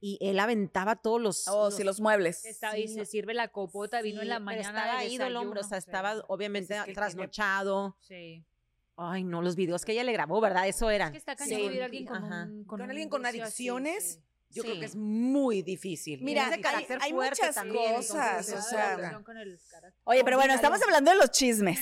Speaker 5: y él aventaba todos los.
Speaker 2: Oh, sí, los muebles.
Speaker 4: Está- y
Speaker 5: Sí,
Speaker 4: se
Speaker 5: no.
Speaker 4: sirve la copota, vino en la
Speaker 5: Sí,
Speaker 4: mañana.
Speaker 5: Pero estaba
Speaker 4: de
Speaker 5: ido el hombre, o sea,
Speaker 4: desayuno,
Speaker 5: estaba
Speaker 4: pero-
Speaker 5: obviamente
Speaker 3: Pues es que él tiene-
Speaker 5: trasnochado.
Speaker 4: Sí.
Speaker 5: Ay, no, los videos que ella le grabó, ¿verdad? Eso
Speaker 4: Es
Speaker 5: eran.
Speaker 4: que está
Speaker 2: Sí.
Speaker 4: cañón vivir a alguien con,
Speaker 5: Ajá.
Speaker 4: un-
Speaker 3: Con
Speaker 4: un
Speaker 3: alguien con
Speaker 4: vicio así,
Speaker 3: adicciones,
Speaker 4: sí.
Speaker 3: Yo creo que es
Speaker 5: Sí.
Speaker 3: muy difícil.
Speaker 2: Mira,
Speaker 5: Es
Speaker 3: Tiene
Speaker 5: de
Speaker 3: que
Speaker 2: hay,
Speaker 5: carácter
Speaker 2: hay
Speaker 5: fuerte
Speaker 2: muchas
Speaker 5: también, entonces,
Speaker 2: cosas,
Speaker 3: se
Speaker 2: o
Speaker 4: Claro,
Speaker 2: sea.
Speaker 4: relación con el carácter.
Speaker 2: Oye, pero bueno,
Speaker 3: Combínalo.
Speaker 2: estamos hablando de los chismes.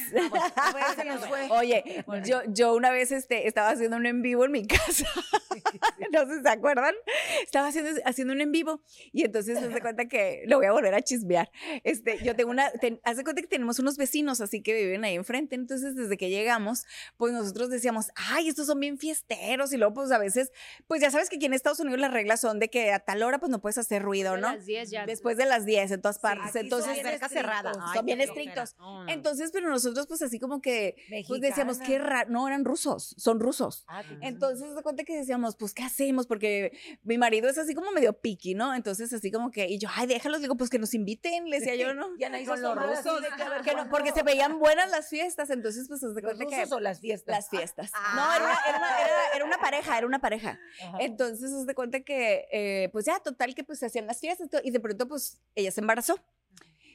Speaker 3: Ah, bueno, se nos fue.
Speaker 2: Oye, yo, yo una vez este, estaba haciendo un en vivo en mi casa, no sé si se acuerdan, estaba haciendo, haciendo un en vivo y entonces se cuenta que lo voy a volver a chismear. Este, yo tengo una, ten, haz de cuenta que tenemos unos vecinos así que viven ahí enfrente, entonces desde que llegamos, pues nosotros decíamos, ay, estos son bien fiesteros y luego pues a veces, pues ya sabes que aquí en Estados Unidos las reglas son de que a tal hora pues no puedes hacer ruido,
Speaker 4: A
Speaker 2: ¿no?
Speaker 4: las 10 ya.
Speaker 2: Después de las 10 en todas partes,
Speaker 3: aquí son
Speaker 2: entonces...
Speaker 3: bien
Speaker 5: cerca cerrada.
Speaker 3: estrictos,
Speaker 5: Ay,
Speaker 2: son bien
Speaker 5: qué flojera.
Speaker 2: estrictos.
Speaker 5: Oh, no.
Speaker 2: Entonces, pero nosotros pues así como que pues
Speaker 3: Mexicana.
Speaker 2: decíamos, qué raro, no, eran rusos, son rusos.
Speaker 3: Ah, qué-
Speaker 2: Entonces, se cuenta que decíamos, pues, ¿qué hacemos? Porque mi marido es así como medio piqui, ¿no? Entonces, así como que, y yo, ay, déjalos, digo, pues que nos inviten, le decía yo, ¿no?
Speaker 3: Y Anaís
Speaker 5: Con los
Speaker 3: asombrada, así de
Speaker 5: rusos.
Speaker 3: que, a ver,
Speaker 2: Que no, porque se veían buenas las fiestas, entonces, pues, se
Speaker 3: ¿Los
Speaker 2: cuenta que
Speaker 3: rusos o las fiestas? Ah.
Speaker 2: las fiestas. No, era una, era, una, era- era una pareja, era una pareja.
Speaker 3: Ajá.
Speaker 2: Entonces, se da cuenta que, eh, pues ya, total, que pues se hacían las fiestas todo, y de pronto, pues, ella se embarazó.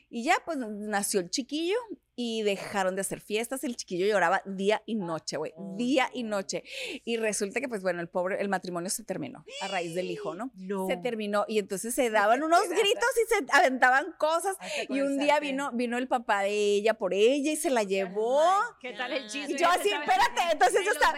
Speaker 2: Y ya, pues, nació el chiquillo y dejaron de hacer fiestas. El chiquillo lloraba día y noche, güey, día y noche. Y resulta que, pues, bueno, el pobre, el matrimonio se terminó a raíz del hijo, ¿no?
Speaker 5: No.
Speaker 2: Se terminó y entonces se daban unos gritos y se aventaban cosas.
Speaker 3: Hasta con
Speaker 2: Y
Speaker 3: el
Speaker 2: un día
Speaker 3: sartén.
Speaker 2: vino, vino el papá de ella por ella y se la llevó.
Speaker 4: ¿Qué tal el chisme?
Speaker 2: Y yo así, espérate,
Speaker 3: Pues,
Speaker 2: entonces yo estaba-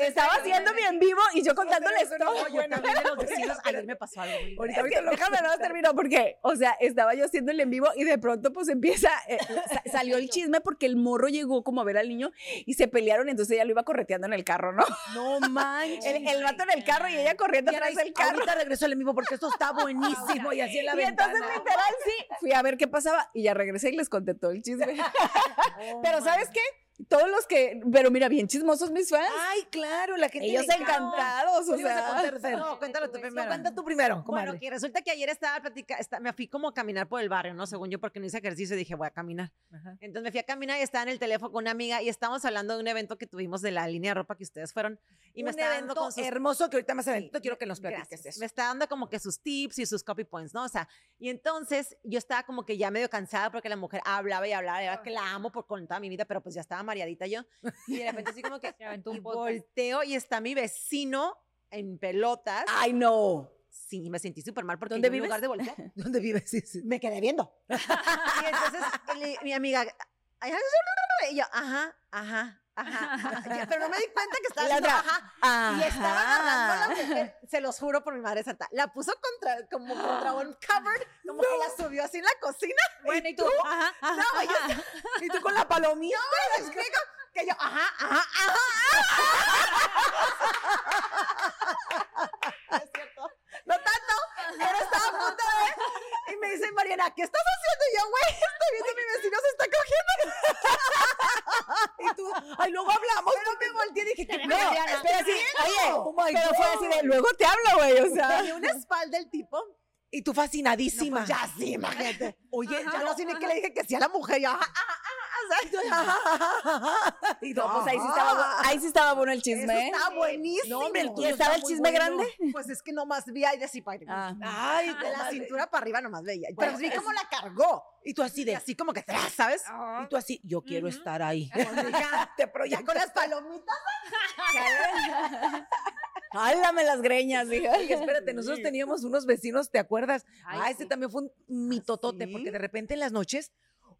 Speaker 2: Estaba haciendo mi en vivo y yo contándoles
Speaker 3: tenemos una
Speaker 2: todo.
Speaker 5: Oye, también de los vecinos, ayer me pasó algo. muy
Speaker 3: Ahorita,
Speaker 2: Es
Speaker 3: ahorita
Speaker 2: que
Speaker 3: lo
Speaker 2: déjame no terminó porque, o sea, estaba yo haciendo el en vivo y de pronto pues empieza, eh, sa- salió el chisme porque el morro llegó como a ver al niño y se pelearon, entonces ella lo iba correteando en el carro, ¿no?
Speaker 3: No manches.
Speaker 2: El, el vato en el carro y ella corriendo
Speaker 3: Y
Speaker 2: atrás
Speaker 3: Anaís,
Speaker 2: del carro.
Speaker 3: Ahorita regreso al mismo porque esto está buenísimo. Y así en la
Speaker 2: Y entonces
Speaker 3: ventana.
Speaker 2: literal sí, fui a ver qué pasaba y ya regresé y les conté todo el chisme.
Speaker 5: Oh,
Speaker 2: Pero
Speaker 5: my
Speaker 2: ¿sabes qué? Todos los que, pero mira, bien chismosos mis fans.
Speaker 3: Ay, claro, la gente.
Speaker 2: Ellos
Speaker 3: le Ah, encanta.
Speaker 2: encantados, o
Speaker 3: Oye, vas a
Speaker 2: sea.
Speaker 3: contar, Fer.
Speaker 5: No, cuéntalo tú primero.
Speaker 3: Cuenta tú primero, comadre.
Speaker 5: Bueno, que resulta que ayer estaba platicando, me fui como a caminar por el barrio, ¿no? Según yo, porque no hice ejercicio y dije, voy a caminar.
Speaker 3: Ajá.
Speaker 5: Entonces me fui a caminar y estaba en el teléfono con una amiga y estábamos hablando de un evento que tuvimos de la línea de ropa que ustedes fueron. Y
Speaker 3: un
Speaker 5: me estaba dando
Speaker 3: evento
Speaker 5: con sus-
Speaker 3: hermoso que ahorita más adelante
Speaker 5: Sí,
Speaker 3: quiero que nos platiques
Speaker 5: gracias.
Speaker 3: eso.
Speaker 5: Me está dando como que sus tips y sus copy points, ¿no? O sea, y entonces yo estaba como que ya medio cansada porque la mujer hablaba y hablaba, y
Speaker 3: Ah.
Speaker 5: hablaba que la amo por con toda mi vida, pero pues ya estaba mareadita yo. Y de repente así como que
Speaker 4: Se aventó
Speaker 5: y
Speaker 4: un podcast.
Speaker 5: Pues, volteo y está mi vecino en pelotas.
Speaker 2: Ay, no.
Speaker 5: Sí, y me sentí súper mal porque
Speaker 2: ¿Dónde
Speaker 5: yo en
Speaker 2: vives?
Speaker 5: lugar de voltear,
Speaker 3: ¿Dónde vives? Sí, sí.
Speaker 5: me quedé viendo. y entonces le- mi amiga, "Ay, ay, ay", y yo, ajá, ajá, ajá. ajá". Ya, Pero no me di cuenta que estaba
Speaker 2: Y la
Speaker 5: haciendo
Speaker 2: otra,
Speaker 5: ajá. Y estaba agarrando a la mujer, se los juro por mi madre santa. La puso contra, como contra un cupboard, como que la subió así en la cocina.
Speaker 4: Bueno, y tú. Ajá, ajá.
Speaker 5: No, yo
Speaker 3: ¿Y tú con la palomía?
Speaker 5: te explico que yo, ajá, ajá, ajá, ajá. Es cierto. No tanto, pero estaba a punto de. Y me dice Mariana, ¿qué estás haciendo? Y yo, güey, estoy viendo a mi vecino se está cogiendo.
Speaker 3: Y tú, Ay, luego hablamos.
Speaker 5: Pero me volteé y dije, ¿qué
Speaker 2: No,
Speaker 5: Mariana?
Speaker 2: espera, sí, oye,
Speaker 3: Oh my
Speaker 2: pero fue así de,
Speaker 3: God.
Speaker 2: luego te hablo, güey, o sea.
Speaker 5: Tenía una espalda el tipo.
Speaker 3: Y tú fascinadísima.
Speaker 5: No, pues, ya sí, imagínate.
Speaker 3: Oye,
Speaker 5: Oye,
Speaker 3: ya
Speaker 5: ya no sé ni qué le dije que sí a la mujer. Ya, ajá,
Speaker 3: Y
Speaker 2: No, pues ahí sí estaba, bu- ahí sí estaba bueno el
Speaker 5: eso
Speaker 2: chisme. ¿eh?
Speaker 5: está buenísimo.
Speaker 3: No, hombre, el
Speaker 2: tuyo ¿Y estaba está el muy chisme bueno.
Speaker 5: Pues es que nomás vi ahí de así para arriba.
Speaker 2: Ah.
Speaker 3: Ay,
Speaker 5: de la cintura para arriba nomás veía. Pero
Speaker 3: Bueno,
Speaker 5: vi
Speaker 3: es-
Speaker 5: cómo la cargó.
Speaker 3: Y tú así
Speaker 5: Y
Speaker 3: de,
Speaker 5: así como que tras, ¿sabes?
Speaker 4: Ah.
Speaker 3: y tú así, yo quiero
Speaker 4: Ujú.
Speaker 3: estar ahí.
Speaker 5: Ya,
Speaker 3: Te
Speaker 5: ya con las palomitas.
Speaker 2: Jálame las greñas, dije.
Speaker 3: Oye, espérate, nosotros teníamos unos vecinos, ¿te acuerdas?
Speaker 4: Ay,
Speaker 3: Ah, ese
Speaker 4: sí.
Speaker 3: también fue un mitotote,
Speaker 5: ¿sí?
Speaker 3: porque de repente en las noches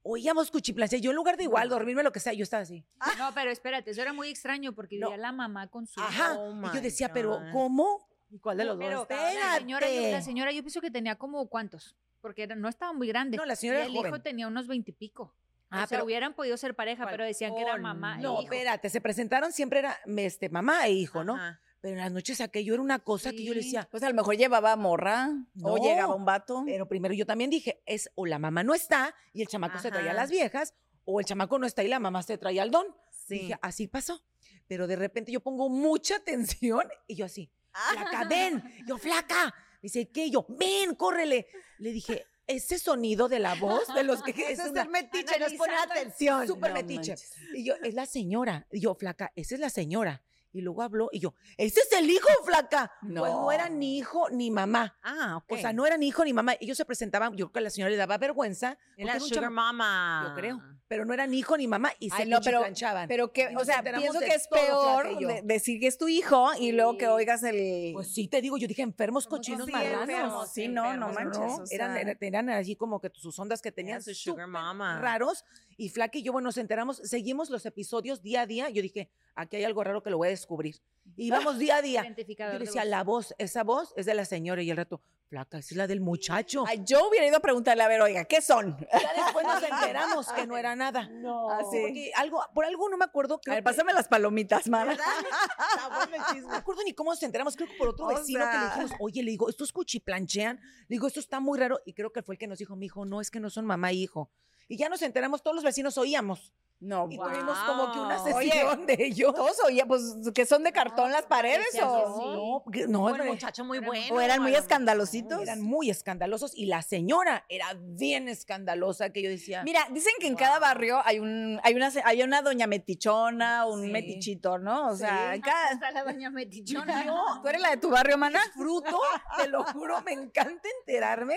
Speaker 3: oíamos cuchiplancia. Yo en lugar de igual dormirme lo que sea, yo estaba así.
Speaker 4: No, pero espérate, eso era muy extraño porque
Speaker 3: No.
Speaker 4: vivía la mamá con su
Speaker 3: Ajá.
Speaker 5: Oh
Speaker 3: y yo
Speaker 5: my
Speaker 3: decía, pero
Speaker 5: God.
Speaker 3: ¿cómo?
Speaker 5: ¿Y cuál de los
Speaker 4: Pero
Speaker 5: dos?
Speaker 4: la señora, yo, la
Speaker 3: Espérate.
Speaker 4: señora, yo pienso que tenía como cuántos, porque era- no estaba muy grande.
Speaker 3: No, la señora
Speaker 4: y
Speaker 3: era
Speaker 4: el
Speaker 3: joven.
Speaker 4: hijo tenía unos veintipico.
Speaker 3: Ah,
Speaker 4: o sea,
Speaker 3: pero-
Speaker 4: hubieran podido ser pareja,
Speaker 5: ¿Cuál?
Speaker 4: pero decían que era
Speaker 5: Oh,
Speaker 4: mamá e
Speaker 3: No,
Speaker 4: hijo.
Speaker 3: espérate, se presentaron siempre era me- este, mamá e hijo, ¿no?
Speaker 5: Ajá.
Speaker 3: Pero en las noches aquello era una cosa que yo le
Speaker 4: Sí.
Speaker 3: decía,
Speaker 2: Pues a lo mejor llevaba morra o
Speaker 3: No, Eh,
Speaker 2: llegaba un vato.
Speaker 3: pero primero yo también dije, es o la mamá no está y el chamaco se traía a
Speaker 5: Ajá.
Speaker 3: las viejas, o el chamaco no está y la mamá se traía al don.
Speaker 5: Sí.
Speaker 3: Dije, "Ah, así pasó. Pero de repente yo pongo mucha atención y yo así, flaca, ven, yo flaca. Me dice, ¿qué? Yo, ven, córrele. Le dije, ese sonido de la voz de los que es
Speaker 5: Ese es
Speaker 3: una
Speaker 5: ser metiche, no es poner
Speaker 4: Analizando.
Speaker 5: atención.
Speaker 3: súper
Speaker 2: No
Speaker 3: metiche.
Speaker 2: manches.
Speaker 3: Y yo, es la señora. Y yo, flaca, esa es la señora. Y luego habló y yo, ese es el hijo, flaca. Pues
Speaker 2: No.
Speaker 3: no era ni hijo ni mamá.
Speaker 5: Ah, ok.
Speaker 3: O sea, no eran hijo ni mamá. Ellos se presentaban, yo creo que a la señora le daba vergüenza. porque
Speaker 5: Era
Speaker 3: era un
Speaker 5: sugar
Speaker 3: chama-
Speaker 5: mama.
Speaker 3: Yo creo. Pero no eran hijo ni mamá y se
Speaker 2: Ay, no, pero-
Speaker 3: cuchiplanchaban.
Speaker 2: Pero que,
Speaker 3: Y
Speaker 2: o
Speaker 3: nos
Speaker 2: sea,
Speaker 3: enteramos
Speaker 2: pienso
Speaker 3: de
Speaker 2: que es
Speaker 3: todo,
Speaker 2: peor
Speaker 3: flaca y yo.
Speaker 2: de- decir que es tu hijo y luego que
Speaker 4: Sí.
Speaker 2: oigas el.
Speaker 3: Pues sí, te digo, yo dije enfermos
Speaker 4: Somos
Speaker 3: cochinos
Speaker 2: sí,
Speaker 3: marranos.
Speaker 2: enfermos, sí, no, no manches, o sea.
Speaker 3: eran, era- eran así como que sus ondas que
Speaker 5: Tenía
Speaker 3: ah. tenían
Speaker 5: su
Speaker 3: súper
Speaker 5: sugar mama.
Speaker 3: raros. Y Flaca y yo, bueno, nos enteramos, seguimos los episodios día a día. Yo dije, aquí hay algo raro que lo voy a descubrir. Y vamos día a día. Yo
Speaker 4: Identificador
Speaker 3: le
Speaker 4: de
Speaker 3: decía,
Speaker 4: voz.
Speaker 3: la voz, esa voz es de la señora. Y el rato, Flaca, esa es la del muchacho.
Speaker 2: Ay, yo hubiera ido a preguntarle, a ver, oiga, ¿qué son?
Speaker 3: Ya después nos enteramos que no era nada.
Speaker 5: No.
Speaker 2: Ah, sí.
Speaker 3: Porque algo, por algo no me acuerdo.
Speaker 2: A
Speaker 3: creo
Speaker 2: ver,
Speaker 3: que-
Speaker 2: pásame las palomitas, mamá.
Speaker 5: ¿Verdad? Está bueno el
Speaker 3: No me
Speaker 5: chisme.
Speaker 3: acuerdo ni cómo nos enteramos, creo que por otro
Speaker 2: O
Speaker 3: vecino que le
Speaker 2: sea.
Speaker 3: dijimos, oye, le digo, estos cuchiplanchean, le digo, esto está muy raro, y creo que fue el que nos dijo, mi hijo, no, es que no son mamá e hijo. Y ya nos enteramos, todos los vecinos oíamos,
Speaker 2: No,
Speaker 3: y
Speaker 2: pues.
Speaker 3: tuvimos como que una
Speaker 5: Wow.
Speaker 3: sesión de ellos.
Speaker 2: todos oían, pues, que son de cartón las paredes
Speaker 4: decían que
Speaker 2: o.
Speaker 4: sí.
Speaker 3: No, que- no,
Speaker 5: Fue un
Speaker 3: no,
Speaker 5: muchacho muy
Speaker 4: Eran-
Speaker 5: bueno.
Speaker 2: O eran muy
Speaker 5: a lo mejor.
Speaker 2: escandalositos.
Speaker 3: eran muy escandalosos, y la señora era bien escandalosa, que yo decía,
Speaker 2: Mira, dicen que en cada barrio hay un, hay una, hay una doña metichona, un
Speaker 3: Sí.
Speaker 2: metichito, ¿no? O sea, en cada.
Speaker 4: Hasta la doña metichona.
Speaker 2: ¿Tú eres la de tu barrio, mana?
Speaker 3: fruto, te lo juro, me encanta enterarme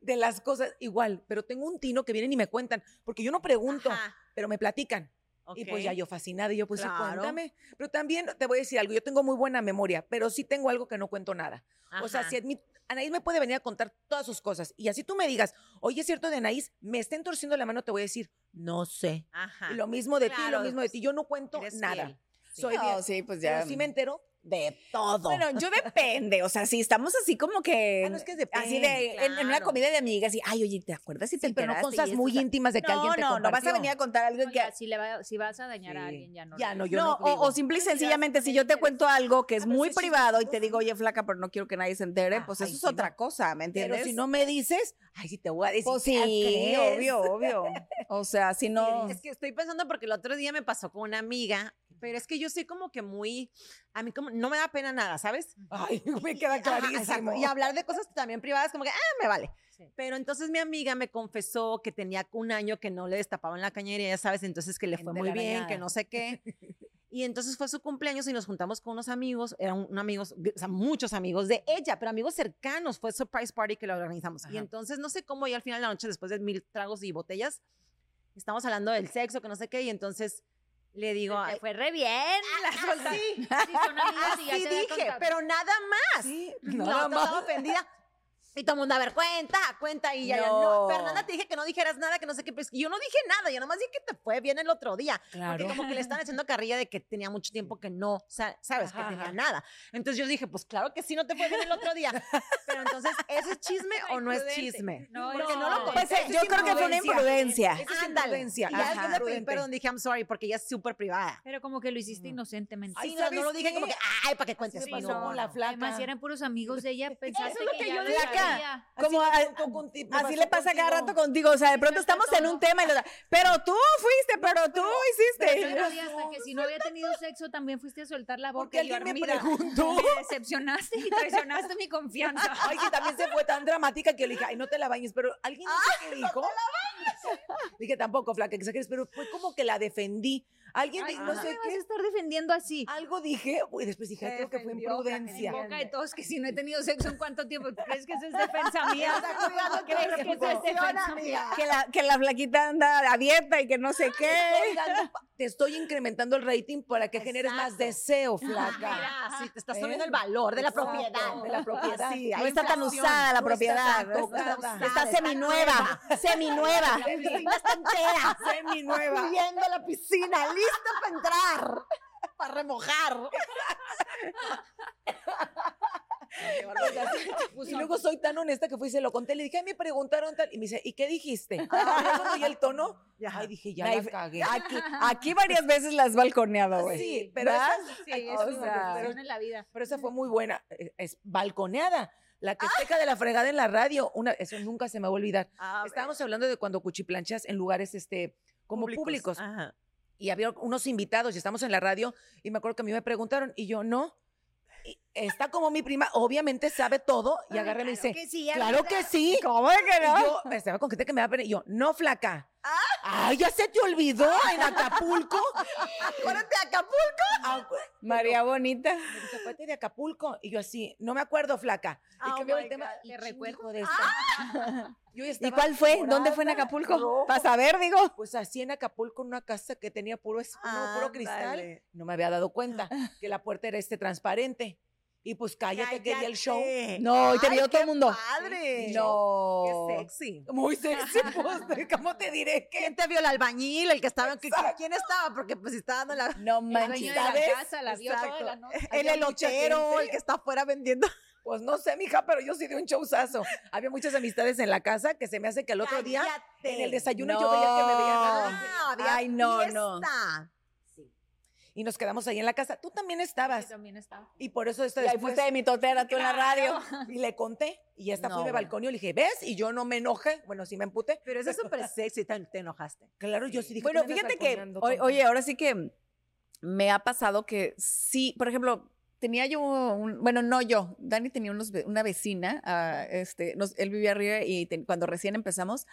Speaker 3: de las cosas igual, pero tengo un tino que vienen y me cuentan, porque yo no pregunto,
Speaker 5: Ajá,
Speaker 3: pero me platican. Y pues ya
Speaker 5: ok.
Speaker 3: yo fascinada, y yo pues sí,
Speaker 5: Claro.
Speaker 3: cuéntame. Pero también te voy a decir algo, yo tengo muy buena memoria, pero sí tengo algo que no cuento nada. O sea,
Speaker 5: Ajá.
Speaker 3: si Anaís Anaís me puede venir a contar todas sus cosas y así tú me digas, oye, es cierto de Anaís, me está entorciendo la mano, te voy a decir, no sé.
Speaker 5: Ajá.
Speaker 3: Y lo mismo de ti,
Speaker 5: Ah, Claro, pues,
Speaker 3: lo mismo de ti, yo no cuento
Speaker 5: Eres
Speaker 3: nada.
Speaker 5: fiel. Sí.
Speaker 3: Soy bien,
Speaker 2: No, sí, pues
Speaker 3: pero
Speaker 2: ya.
Speaker 3: sí me entero de todo.
Speaker 2: Bueno, yo depende, o sea, si estamos así como que
Speaker 3: Ah, no, es que depende,
Speaker 2: así de en, en una
Speaker 5: claro.
Speaker 2: comida de amigas y ay, oye, ¿te acuerdas si te
Speaker 3: Sí, pero no
Speaker 2: enteraste y
Speaker 3: cosas
Speaker 2: esto,
Speaker 3: muy
Speaker 2: o sea,
Speaker 3: íntimas de que
Speaker 2: no,
Speaker 3: alguien te
Speaker 2: no, no vas a
Speaker 3: compartió.
Speaker 2: venir a contar algo
Speaker 4: No,
Speaker 2: que
Speaker 4: ya, si, le va- si vas a dañar
Speaker 3: Sí.
Speaker 4: a alguien, ya no.
Speaker 3: Ya no, yo
Speaker 2: no,
Speaker 3: no
Speaker 2: o, o
Speaker 3: digo.
Speaker 2: simple y
Speaker 4: Mira,
Speaker 2: sencillamente, si yo te
Speaker 4: interesante.
Speaker 2: cuento algo que es
Speaker 4: Ah, pero
Speaker 2: muy
Speaker 4: sí es
Speaker 2: privado y te digo, oye, flaca, pero no quiero que nadie se entere,
Speaker 3: Ah,
Speaker 2: pues
Speaker 3: ay,
Speaker 2: eso es
Speaker 3: sí, no.
Speaker 2: otra cosa, ¿me
Speaker 3: Pero
Speaker 2: entiendes?
Speaker 3: si no me dices, ay, sí te voy a decir.
Speaker 2: Pues
Speaker 3: ¿ya
Speaker 2: sí,
Speaker 3: crees?
Speaker 2: obvio, obvio. O sea, si no.
Speaker 5: Es que estoy pensando porque el otro día me pasó con una amiga, pero es que yo soy como que muy, a mí como, no me da pena nada, ¿sabes?
Speaker 3: Ay, me queda
Speaker 5: Ajá,
Speaker 3: clarísimo.
Speaker 5: exacto. y hablar de cosas también privadas, como que, ah, me vale.
Speaker 4: Sí.
Speaker 5: Pero entonces mi amiga me confesó que tenía un año que no le destapaban la cañería, ya sabes, entonces que le fue
Speaker 3: De
Speaker 5: muy
Speaker 3: la
Speaker 5: bien,
Speaker 3: arañada.
Speaker 5: que no sé qué. Y entonces fue su cumpleaños y nos juntamos con unos amigos, eran un- amigos, o sea, muchos amigos de ella, pero amigos cercanos, fue surprise party que lo organizamos. Y
Speaker 3: Ajá.
Speaker 5: entonces no sé cómo, y al final de la noche, después de mil tragos y botellas, estamos hablando del sexo, que no sé qué, y entonces le digo,
Speaker 4: Te
Speaker 5: "Ay,
Speaker 4: fue re bien.
Speaker 3: Ah,
Speaker 5: la solté".
Speaker 4: Sí, son amigas y ya
Speaker 5: Así
Speaker 4: te había
Speaker 5: dije,
Speaker 4: contado.
Speaker 5: pero nada más.
Speaker 3: Sí,
Speaker 5: No,
Speaker 3: nada
Speaker 5: estaba
Speaker 3: más.
Speaker 5: ofendida. Y todo el mundo, a ver, cuenta, cuenta. Y ya, ya,
Speaker 2: No.
Speaker 5: no. Fernanda, te dije que no dijeras nada, que no sé qué. Pues, yo no dije nada, yo nomás dije que te fue bien el otro día.
Speaker 3: Claro.
Speaker 5: Porque como que le están echando carrilla de que tenía mucho tiempo que no, o sea, sabes,
Speaker 3: Ajá,
Speaker 5: que tenía
Speaker 3: ajá.
Speaker 5: nada. Entonces yo dije, pues claro que sí, no te fue bien el otro día. Pero entonces, ¿eso es chisme o no es
Speaker 4: Imprudente.
Speaker 5: chisme?
Speaker 4: No,
Speaker 5: Porque no,
Speaker 4: no.
Speaker 5: lo
Speaker 2: Pues,
Speaker 5: conté.
Speaker 2: eh, yo creo que fue una imprudencia.
Speaker 3: Eso es
Speaker 5: Ándale. Y
Speaker 3: imprudencia.
Speaker 5: ya
Speaker 2: Ajá.
Speaker 5: después le pedí
Speaker 3: Imprudente.
Speaker 5: perdón, dije, I'm sorry, porque ella es súper privada.
Speaker 4: Pero como que lo hiciste inocentemente.
Speaker 3: Mm. Ay,
Speaker 5: Sí, no, no
Speaker 3: ¿sabes
Speaker 5: lo dije
Speaker 3: qué?
Speaker 5: como que, ay, para que cuentes.
Speaker 3: me
Speaker 4: Sí,
Speaker 5: pues,
Speaker 3: pasó con la flaca.
Speaker 4: Además, si eran puros amigos de ella, pensaste
Speaker 2: Eso es lo
Speaker 4: que,
Speaker 2: que
Speaker 4: ya
Speaker 2: yo
Speaker 4: no
Speaker 2: dije.
Speaker 4: sabía.
Speaker 2: Mira,
Speaker 3: Así
Speaker 2: como
Speaker 3: me
Speaker 2: a-
Speaker 3: pasó con- con- me
Speaker 2: así
Speaker 3: pasó
Speaker 2: le pasa cada
Speaker 3: contigo.
Speaker 2: rato contigo. O sea, de
Speaker 4: Sí,
Speaker 2: pronto
Speaker 4: me
Speaker 2: estamos
Speaker 4: pasó,
Speaker 2: en un
Speaker 4: ¿no?
Speaker 2: tema y lo da, pero tú fuiste, pero tú
Speaker 4: Pero
Speaker 2: hiciste.
Speaker 4: yo no había- hasta que si no había tenido sexo, también fuiste a soltar la boca.
Speaker 3: Porque
Speaker 4: y yo,
Speaker 3: alguien me
Speaker 4: "Armida,
Speaker 3: preguntó.
Speaker 4: Me decepcionaste y traicionaste mi confianza.
Speaker 3: Ay, que también se fue tan dramática que yo le dije, ay, no te la bañes, pero alguien no sé qué dijo. Le Dije, tampoco, flaca, que exageres, pero fue como que la defendí. Alguien,
Speaker 4: Ay,
Speaker 3: di- no
Speaker 4: ¿cómo me
Speaker 3: sé
Speaker 4: vas a
Speaker 3: qué,
Speaker 4: estar defendiendo así?
Speaker 3: algo dije, y después dije, ay,
Speaker 5: Te
Speaker 3: creo que fue
Speaker 5: defendió, Karen,
Speaker 4: En
Speaker 3: imprudencia.
Speaker 4: boca de todos que si no he tenido sexo en cuánto tiempo, ¿crees que eso es defensa mía?
Speaker 5: Está cuidando tu
Speaker 4: ¿Crees que eso es
Speaker 5: reputación,
Speaker 4: defensa mía?
Speaker 5: amiga.
Speaker 2: Que la, que la flaquita anda a dieta y que no sé qué.
Speaker 3: Estoy dando pa- Te estoy incrementando el rating para que generes más
Speaker 5: Exacto.
Speaker 3: deseo, flaca.
Speaker 5: Mira, sí, te estás
Speaker 3: ¿Eh?
Speaker 5: subiendo el valor de la
Speaker 3: Exacto,
Speaker 5: propiedad.
Speaker 3: de la propiedad.
Speaker 5: Sí,
Speaker 2: No
Speaker 5: hay
Speaker 2: está tan
Speaker 5: inflación.
Speaker 2: usada la
Speaker 3: no está
Speaker 2: propiedad.
Speaker 3: tan
Speaker 2: no está- Está,
Speaker 3: tocada.
Speaker 5: Está
Speaker 2: seminueva, seminueva.
Speaker 5: La piscina está entera.
Speaker 3: Semi nueva.
Speaker 5: Viendo la piscina, lista para entrar, para remojar.
Speaker 3: Y luego soy tan honesta que fui y se lo conté. Le dije, "Ay, me preguntaron tal. Y me dice, ¿y qué dijiste? Ah, y el tono. Ay, dije, ya
Speaker 2: Ay,
Speaker 3: la cagué.
Speaker 2: Aquí, aquí varias veces las has balconeado, güey.
Speaker 3: Sí, pero
Speaker 2: ¿Vas?
Speaker 3: esa-
Speaker 4: Sí,
Speaker 3: ay,
Speaker 4: es
Speaker 3: o
Speaker 4: una
Speaker 3: sea,
Speaker 4: revolución en la vida.
Speaker 3: pero esa fue muy buena. Es, es balconeada. La que seca de la fregada en la radio. Una, eso nunca se me va a olvidar. Estábamos hablando de cuando cuchiplanchas en lugares este, como públicos. ah.
Speaker 5: Ajá.
Speaker 3: y había unos invitados y estamos en la radio y me acuerdo que a mí me preguntaron y yo no. Y está como mi prima, obviamente sabe todo y agarra y me dice, claro que Ah. sí.
Speaker 2: ¿Cómo de que
Speaker 3: Y
Speaker 2: no?
Speaker 3: yo me estaba con gente que me va a pena y yo, no flaca. Ay, ya se te olvidó en Acapulco.
Speaker 5: Acuérdate de Acapulco.
Speaker 3: Acu-
Speaker 2: María Bonita.
Speaker 3: me dice, "Acuérdate de Acapulco. Y yo así, no me acuerdo, flaca. Y
Speaker 5: Oh
Speaker 3: que veo
Speaker 5: my
Speaker 3: el tema.
Speaker 5: God,
Speaker 3: y
Speaker 5: te
Speaker 3: chingo
Speaker 5: recuerdo.
Speaker 3: de esta. ¡Ah! Yo ya
Speaker 2: ¿Y
Speaker 3: estaba
Speaker 2: cuál fue? ¿Dónde fue en
Speaker 3: morada,
Speaker 2: Acapulco?
Speaker 3: roja.
Speaker 2: Para saber, digo.
Speaker 3: Pues así en Acapulco, en una casa que tenía puro, es- no, puro cristal.
Speaker 5: Ándale.
Speaker 3: No me había dado cuenta que la puerta era este transparente. Y pues cállate, que quería el show.
Speaker 2: No, y te
Speaker 5: Ay,
Speaker 2: vio todo
Speaker 5: qué
Speaker 2: el mundo.
Speaker 5: Padre.
Speaker 2: No.
Speaker 5: Qué sexy.
Speaker 3: Muy sexy, pues, ¿cómo te diré que?
Speaker 5: ¿Quién te vio el albañil, el que estaba? que- que- ¿Quién estaba? Porque pues estaba dando la.
Speaker 2: No
Speaker 4: El dueño
Speaker 2: manches.
Speaker 4: de la
Speaker 3: ¿sabes?
Speaker 4: casa la vio toda la noche.
Speaker 5: El
Speaker 3: Había mucha
Speaker 5: elotero,
Speaker 3: gente.
Speaker 5: el que está afuera vendiendo.
Speaker 3: Pues no sé, mija, pero yo sí di un showzazo. Había muchas amistades en la casa que se me hace que el otro día
Speaker 5: Cállate.
Speaker 3: en el desayuno yo veía que me veían.
Speaker 2: No.
Speaker 5: Ah, había
Speaker 2: Ay, no, no.
Speaker 5: fiesta.
Speaker 3: Y nos quedamos ahí en la casa. Tú también
Speaker 4: Yo
Speaker 3: estabas.
Speaker 4: también estaba.
Speaker 3: Y por eso esto
Speaker 2: Y ahí
Speaker 3: después.
Speaker 2: fuiste de mi totera tú en la radio.
Speaker 3: Y le conté. Y esta
Speaker 2: No,
Speaker 3: fue de
Speaker 2: bueno.
Speaker 3: balcón y le dije, ¿ves? Y yo no me enojé. Bueno, sí me emputé.
Speaker 5: Pero eso es súper sexy, te, te enojaste.
Speaker 3: Claro, yo sí dije.
Speaker 2: Bueno,
Speaker 3: "Tú me andas
Speaker 2: fíjate que,
Speaker 3: balconeando
Speaker 2: o-
Speaker 3: con-
Speaker 2: oye, ahora sí que me ha pasado que sí, por ejemplo, tenía yo un, bueno, no yo, Dani tenía unos ve- una vecina, ah, este, nos- él vivía arriba y ten- cuando recién empezamos,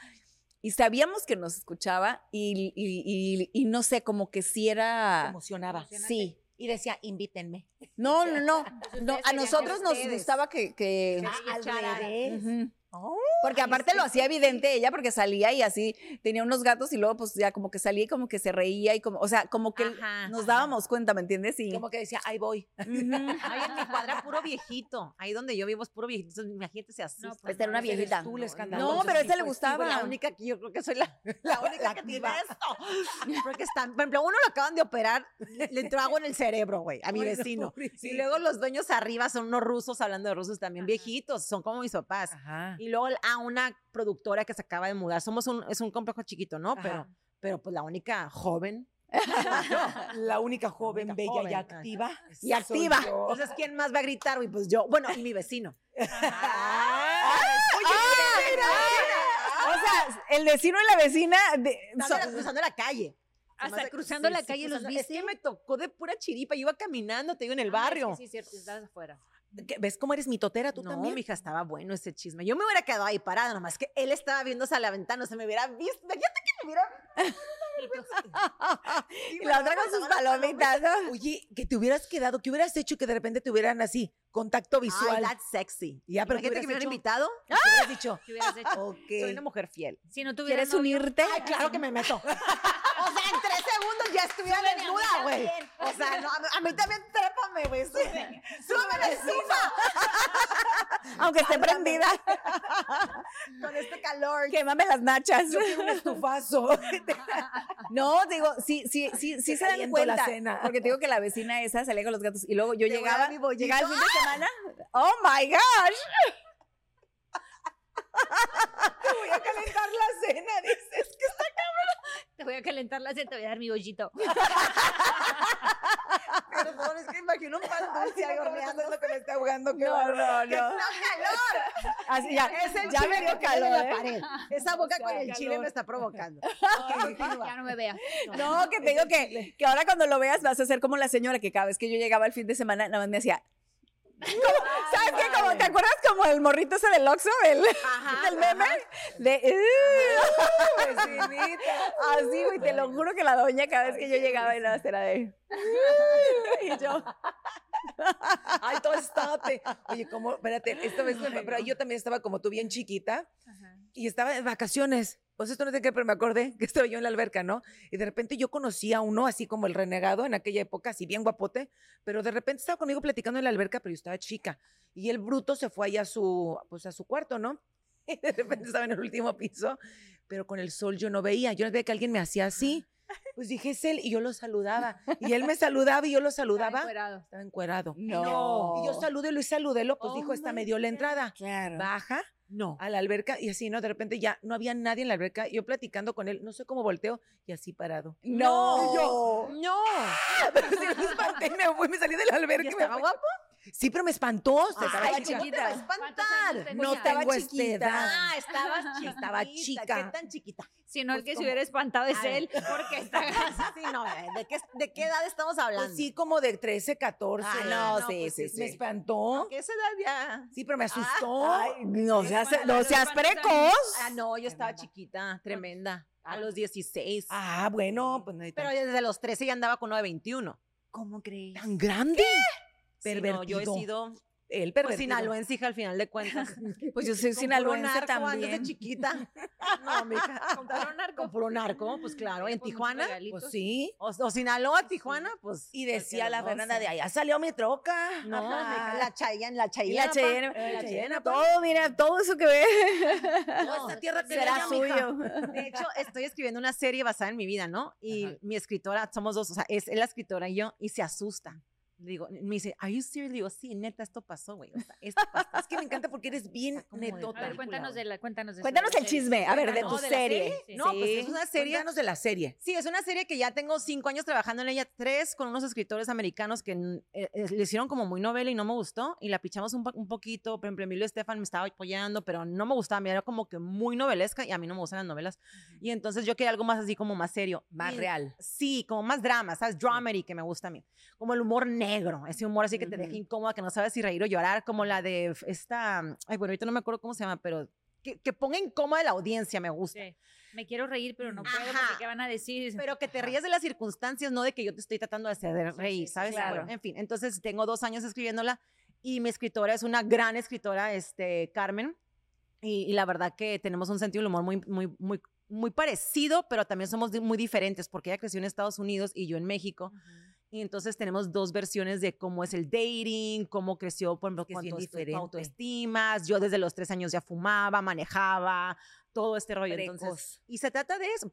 Speaker 2: y sabíamos que nos escuchaba y, y- y- y no sé, como que si
Speaker 3: Me
Speaker 2: era...
Speaker 3: emocionaba.
Speaker 2: Sí,
Speaker 3: Y decía, invítenme.
Speaker 2: no, no, no, no, a
Speaker 4: querían
Speaker 2: nosotros nos
Speaker 4: ustedes.
Speaker 2: gustaba que... que-
Speaker 4: Que
Speaker 5: Ah, al
Speaker 4: echara-
Speaker 5: revés.
Speaker 2: Ujú.
Speaker 3: Oh.
Speaker 2: Porque aparte lo hacía evidente ella, porque salía y así tenía unos gatos y luego pues ya como que salía y como que se reía y como, o sea, como que
Speaker 5: Ajá,
Speaker 2: nos
Speaker 5: ajá.
Speaker 2: dábamos cuenta, ¿me entiendes? Y,
Speaker 3: Como que decía, ahí voy.
Speaker 2: Ujú.
Speaker 5: Ay, en mi cuadra puro viejito. Ahí donde yo vivo es puro viejito. Entonces, imagínate se asusta.
Speaker 4: No, pues
Speaker 2: Esta era una
Speaker 4: no, ese eres
Speaker 2: viejita.
Speaker 4: tú,
Speaker 3: No,
Speaker 4: la
Speaker 3: no,
Speaker 4: escandalosa.
Speaker 2: No, pues, pero a esta le gustaba.
Speaker 5: la única que yo creo que soy la, la única que tiene esto. Porque están, por ejemplo, uno lo acaban de operar, le le entró agua en el cerebro, güey, a mi
Speaker 3: Ay, no,
Speaker 5: vecino.
Speaker 3: pobrecito.
Speaker 5: Y luego los dueños arriba son unos rusos, hablando de rusos también
Speaker 4: Ajá.
Speaker 5: viejitos, son como mis papás.
Speaker 3: Ajá.
Speaker 5: Y luego a una productora que se acaba de mudar. Somos un, es un complejo chiquito, ¿no?
Speaker 3: Ajá.
Speaker 5: Pero, pero pues la única joven.
Speaker 3: La única joven
Speaker 5: única
Speaker 3: bella
Speaker 5: joven.
Speaker 3: y
Speaker 5: Ah,
Speaker 3: activa.
Speaker 5: Y activa. Entonces, ¿quién más va a gritar? güey? Pues yo, bueno, y mi vecino.
Speaker 4: Ah,
Speaker 2: O sea, el vecino y la vecina de-
Speaker 5: Estaba
Speaker 2: son-
Speaker 5: cruzando la calle.
Speaker 4: Hasta
Speaker 5: Se me hace-
Speaker 4: cruzando
Speaker 5: sí,
Speaker 4: la
Speaker 5: sí,
Speaker 4: calle los
Speaker 5: cruzando.
Speaker 4: viste.
Speaker 5: Es que me tocó de pura chiripa. Yo iba caminando, te digo, en
Speaker 4: Ah,
Speaker 5: el
Speaker 4: es que
Speaker 5: barrio.
Speaker 4: Sí, es cierto, estabas afuera.
Speaker 3: ¿Qué- ¿Ves cómo eres mitotera tú
Speaker 5: no,
Speaker 3: también?
Speaker 5: mija, estaba bueno ese chisme. Yo me hubiera quedado ahí parada, nomás que él estaba viéndose a la ventana, se me hubiera visto. Imagínate que me hubiera
Speaker 4: Y tú,
Speaker 2: y la otra con sus palomitas, ¿no?
Speaker 3: Oye, que te hubieras quedado, que hubieras hecho que de repente te hubieran así, contacto
Speaker 5: Ay,
Speaker 3: visual.
Speaker 5: that's sexy.
Speaker 3: ya, pero ¿qué
Speaker 5: Imagínate que me
Speaker 3: hubieras hecho?
Speaker 5: hubieran invitado.
Speaker 3: ¿Qué hubieras dicho?
Speaker 4: ¿Qué hubieras hecho?
Speaker 3: Ok.
Speaker 5: Soy una mujer fiel.
Speaker 4: Si no tuviera
Speaker 2: ¿Quieres
Speaker 4: novio,
Speaker 2: unirte?
Speaker 5: Ay, claro que me meto. o sea, en tres segundos ya estuviera
Speaker 4: Súbele a mí
Speaker 5: desnuda, güey.
Speaker 4: también.
Speaker 5: O sea, no, a, mí- a mí también trépame, güey. Súbeme, súbeme encima
Speaker 2: Aunque esté prendida,
Speaker 5: con este calor.
Speaker 2: quémame las nachas.
Speaker 3: Yo quiero un estufazo.
Speaker 2: No, digo, sí, sí, sí, sí
Speaker 3: Te
Speaker 2: se dan
Speaker 3: caliento la
Speaker 2: cuenta.
Speaker 3: cena.
Speaker 2: Porque te digo que la vecina esa salía con los gatos y luego yo
Speaker 5: Te voy a
Speaker 2: llegaba,
Speaker 5: dar mi bollito.
Speaker 2: llegaba el fin de semana. Oh my gosh.
Speaker 3: Voy a calentar la cena, dices.
Speaker 4: Te voy a calentar la cena, te voy a dar mi bollito.
Speaker 5: Perdón, perdón, es que imagino un pan dulce ahí horneando.
Speaker 3: lo que me está ahogando. qué
Speaker 2: No,
Speaker 3: bárbaro.
Speaker 2: no, no. Así, ya, ya me dio calor, ¿eh?
Speaker 5: Esa boca
Speaker 2: O sea,
Speaker 5: con el chile
Speaker 2: calor.
Speaker 5: me está provocando.
Speaker 4: ya no me veas.
Speaker 2: No, que te digo que, que ahora cuando lo veas vas a ser como la señora que cada vez que yo llegaba el fin de semana, nada más me hacía. ¿Sabes qué? Como, ¿Te acuerdas como el morrito ese del Oxxo, del,
Speaker 5: Ajá.
Speaker 2: del meme? De, "Uh",
Speaker 3: Vecinita.
Speaker 2: así, güey, te lo juro que la doña cada vez que yo llegaba y nada más era de. "Uh", y yo,
Speaker 3: Ay, todo estate. Oye, ¿cómo? Espérate, esta vez, me- pero yo también estaba como tú, bien chiquita,
Speaker 4: Ajá.
Speaker 3: y estaba de vacaciones. Pues esto no sé qué, pero me acordé que estaba yo en la alberca, ¿no? Y de repente yo conocí a uno así como el renegado en aquella época, así bien guapote, pero de repente estaba conmigo platicando en la alberca, pero yo estaba chica. Y el bruto se fue allá a su, pues a su cuarto, ¿no? Y de repente estaba en el último piso, pero con el sol yo no veía. Yo veía que alguien me hacía así. Pues dije, es él, y yo lo saludaba. Y él me saludaba y yo lo saludaba.
Speaker 4: Encuerado.
Speaker 3: Estaba encuerado.
Speaker 2: no.
Speaker 3: Y yo saludélo y saludélo, pues
Speaker 4: Oh
Speaker 3: dijo, esta
Speaker 4: my
Speaker 3: me dio la
Speaker 4: God.
Speaker 3: entrada.
Speaker 2: Claro.
Speaker 3: Baja Ah,
Speaker 5: No.
Speaker 3: a la alberca y así, ¿no? De repente ya no había nadie en la alberca. Yo platicando con él, no sé cómo volteo y así parado.
Speaker 2: No.
Speaker 3: Y yo,
Speaker 5: No.
Speaker 3: pero sí, me espanté, me fui, me salí de la alberca. y me
Speaker 5: ¿Estaba
Speaker 3: fui.
Speaker 5: guapo?
Speaker 3: Sí, pero me espantó. se
Speaker 5: Ay,
Speaker 3: estaba
Speaker 5: ¿cómo
Speaker 3: chiquita.
Speaker 5: te va a
Speaker 4: No
Speaker 5: espantar?
Speaker 3: No
Speaker 4: estaba.
Speaker 2: estaba
Speaker 3: tengo esta
Speaker 2: chiquita.
Speaker 3: edad.
Speaker 5: Ah, estabas chiquita.
Speaker 3: Estaba chica.
Speaker 5: ¿Qué tan chiquita?
Speaker 4: Sino el
Speaker 5: Pues
Speaker 4: que se
Speaker 5: como-
Speaker 4: hubiera espantado es
Speaker 5: Ay.
Speaker 4: él, porque está.
Speaker 5: Sí, no, eh, ¿de qué, de qué edad estamos hablando?
Speaker 3: Pues sí, como de 13, 14.
Speaker 5: Ah,
Speaker 3: ¿no?
Speaker 5: no, sí,
Speaker 3: pues
Speaker 5: sí, Ah,
Speaker 3: Me
Speaker 5: sí.
Speaker 3: espantó.
Speaker 5: ¿Qué esa edad ya?
Speaker 3: Sí, pero me asustó.
Speaker 2: Ay, no seas, no seas
Speaker 4: Bueno,
Speaker 2: precoz.
Speaker 5: Ah, no, yo estaba
Speaker 3: Tremenda.
Speaker 5: chiquita, tremenda. A los 16.
Speaker 3: Ah, bueno, pues no hay
Speaker 5: Pero
Speaker 3: tan-
Speaker 5: ya desde los 13 ya andaba con uno de 21.
Speaker 4: ¿Cómo crees?
Speaker 3: tan grande.
Speaker 5: Sí, no, yo he
Speaker 3: Pervertido.
Speaker 5: sido
Speaker 3: El
Speaker 5: pues,
Speaker 3: pervertido.
Speaker 5: sinaloense, hija, al final de cuentas.
Speaker 2: Pues yo soy
Speaker 5: Con puro
Speaker 2: sinaloense
Speaker 5: narco, Antes
Speaker 2: también.
Speaker 5: de chiquita. No, mija. Con puro narco. Con puro narco, pues claro. En
Speaker 4: Pues, muchos
Speaker 5: Tijuana,
Speaker 4: regalitos.
Speaker 3: Pues sí.
Speaker 5: o, o Sinaloa, Tijuana, pues.
Speaker 3: Y
Speaker 5: cualquier
Speaker 3: decía la
Speaker 5: cosa.
Speaker 3: Fernanda de allá salió mi troca.
Speaker 5: No,
Speaker 2: Ajá.
Speaker 5: mija, la Chayanne, la
Speaker 2: Y
Speaker 5: Chayanne.
Speaker 2: la Cheyenne.
Speaker 3: Eh, la Cheyenne, pa.
Speaker 2: Todo, mira, todo eso que ve
Speaker 3: Toda esta tierra que le
Speaker 2: será
Speaker 3: llama,
Speaker 2: suyo.
Speaker 5: De hecho, estoy escribiendo una serie basada en mi vida, ¿no? Y mi escritora, somos dos, o sea, es la escritora y yo, y se asusta. Le digo, me dice, ¿Are you serious? Le digo, sí, neta, esto pasó, güey. O sea, esto pasó.
Speaker 3: Es que me encanta porque eres bien
Speaker 5: como de
Speaker 4: A
Speaker 3: netota.
Speaker 4: ver, cuéntanos de la, cuéntanos de
Speaker 2: Cuéntanos
Speaker 4: la
Speaker 2: el
Speaker 4: serie.
Speaker 2: chisme, a ver, de
Speaker 5: No,
Speaker 2: tu
Speaker 5: ¿de la
Speaker 2: serie.
Speaker 5: serie? No, pues es una serie.
Speaker 3: Cuéntanos de la serie.
Speaker 5: Sí, es una serie que ya tengo cinco años trabajando en ella, tres con unos escritores americanos que mm, eh, eh, le hicieron como muy novela y no me gustó, y la pichamos un, po- un poquito. Por ejemplo, Emilio Estefan me estaba apoyando, pero no me gustaba, me era como que muy novelesca, y a mí no me gustan las novelas. Y entonces yo quería algo más así, como más serio.
Speaker 3: Más
Speaker 5: Y-
Speaker 3: real.
Speaker 5: Sí, como más drama, ¿sabes? Dramedy, que me gusta a mí. Como el humor negro, ese humor así que te deja
Speaker 2: Ujú.
Speaker 5: incómoda, que no sabes si reír o llorar, como la de f- esta. Ay, bueno, ahorita no me acuerdo cómo se llama, pero que, que ponga incómoda a la audiencia, me gusta.
Speaker 4: Sí. Me quiero reír, pero no puedo
Speaker 5: Ajá.
Speaker 4: porque ¿qué van a decir?
Speaker 5: Pero que te
Speaker 4: Ajá.
Speaker 5: rías de las circunstancias, no de que yo te estoy tratando de hacer reír, ¿sabes?
Speaker 2: claro.
Speaker 5: Bueno, en fin, entonces tengo dos años escribiéndola y mi escritora es una gran escritora, este, Carmen, y, y la verdad que tenemos un sentido del humor muy, muy, muy, muy parecido, pero también somos di- muy diferentes porque ella creció en Estados Unidos y yo en México. Y entonces tenemos dos versiones de cómo es el dating, cómo creció, por ejemplo,
Speaker 3: Que es bien
Speaker 5: cuánto es tu- tu
Speaker 3: diferente.
Speaker 5: autoestimas. Yo desde los tres años ya fumaba, manejaba, todo este rollo. Entonces,
Speaker 3: Precoz.
Speaker 5: y se trata de eso,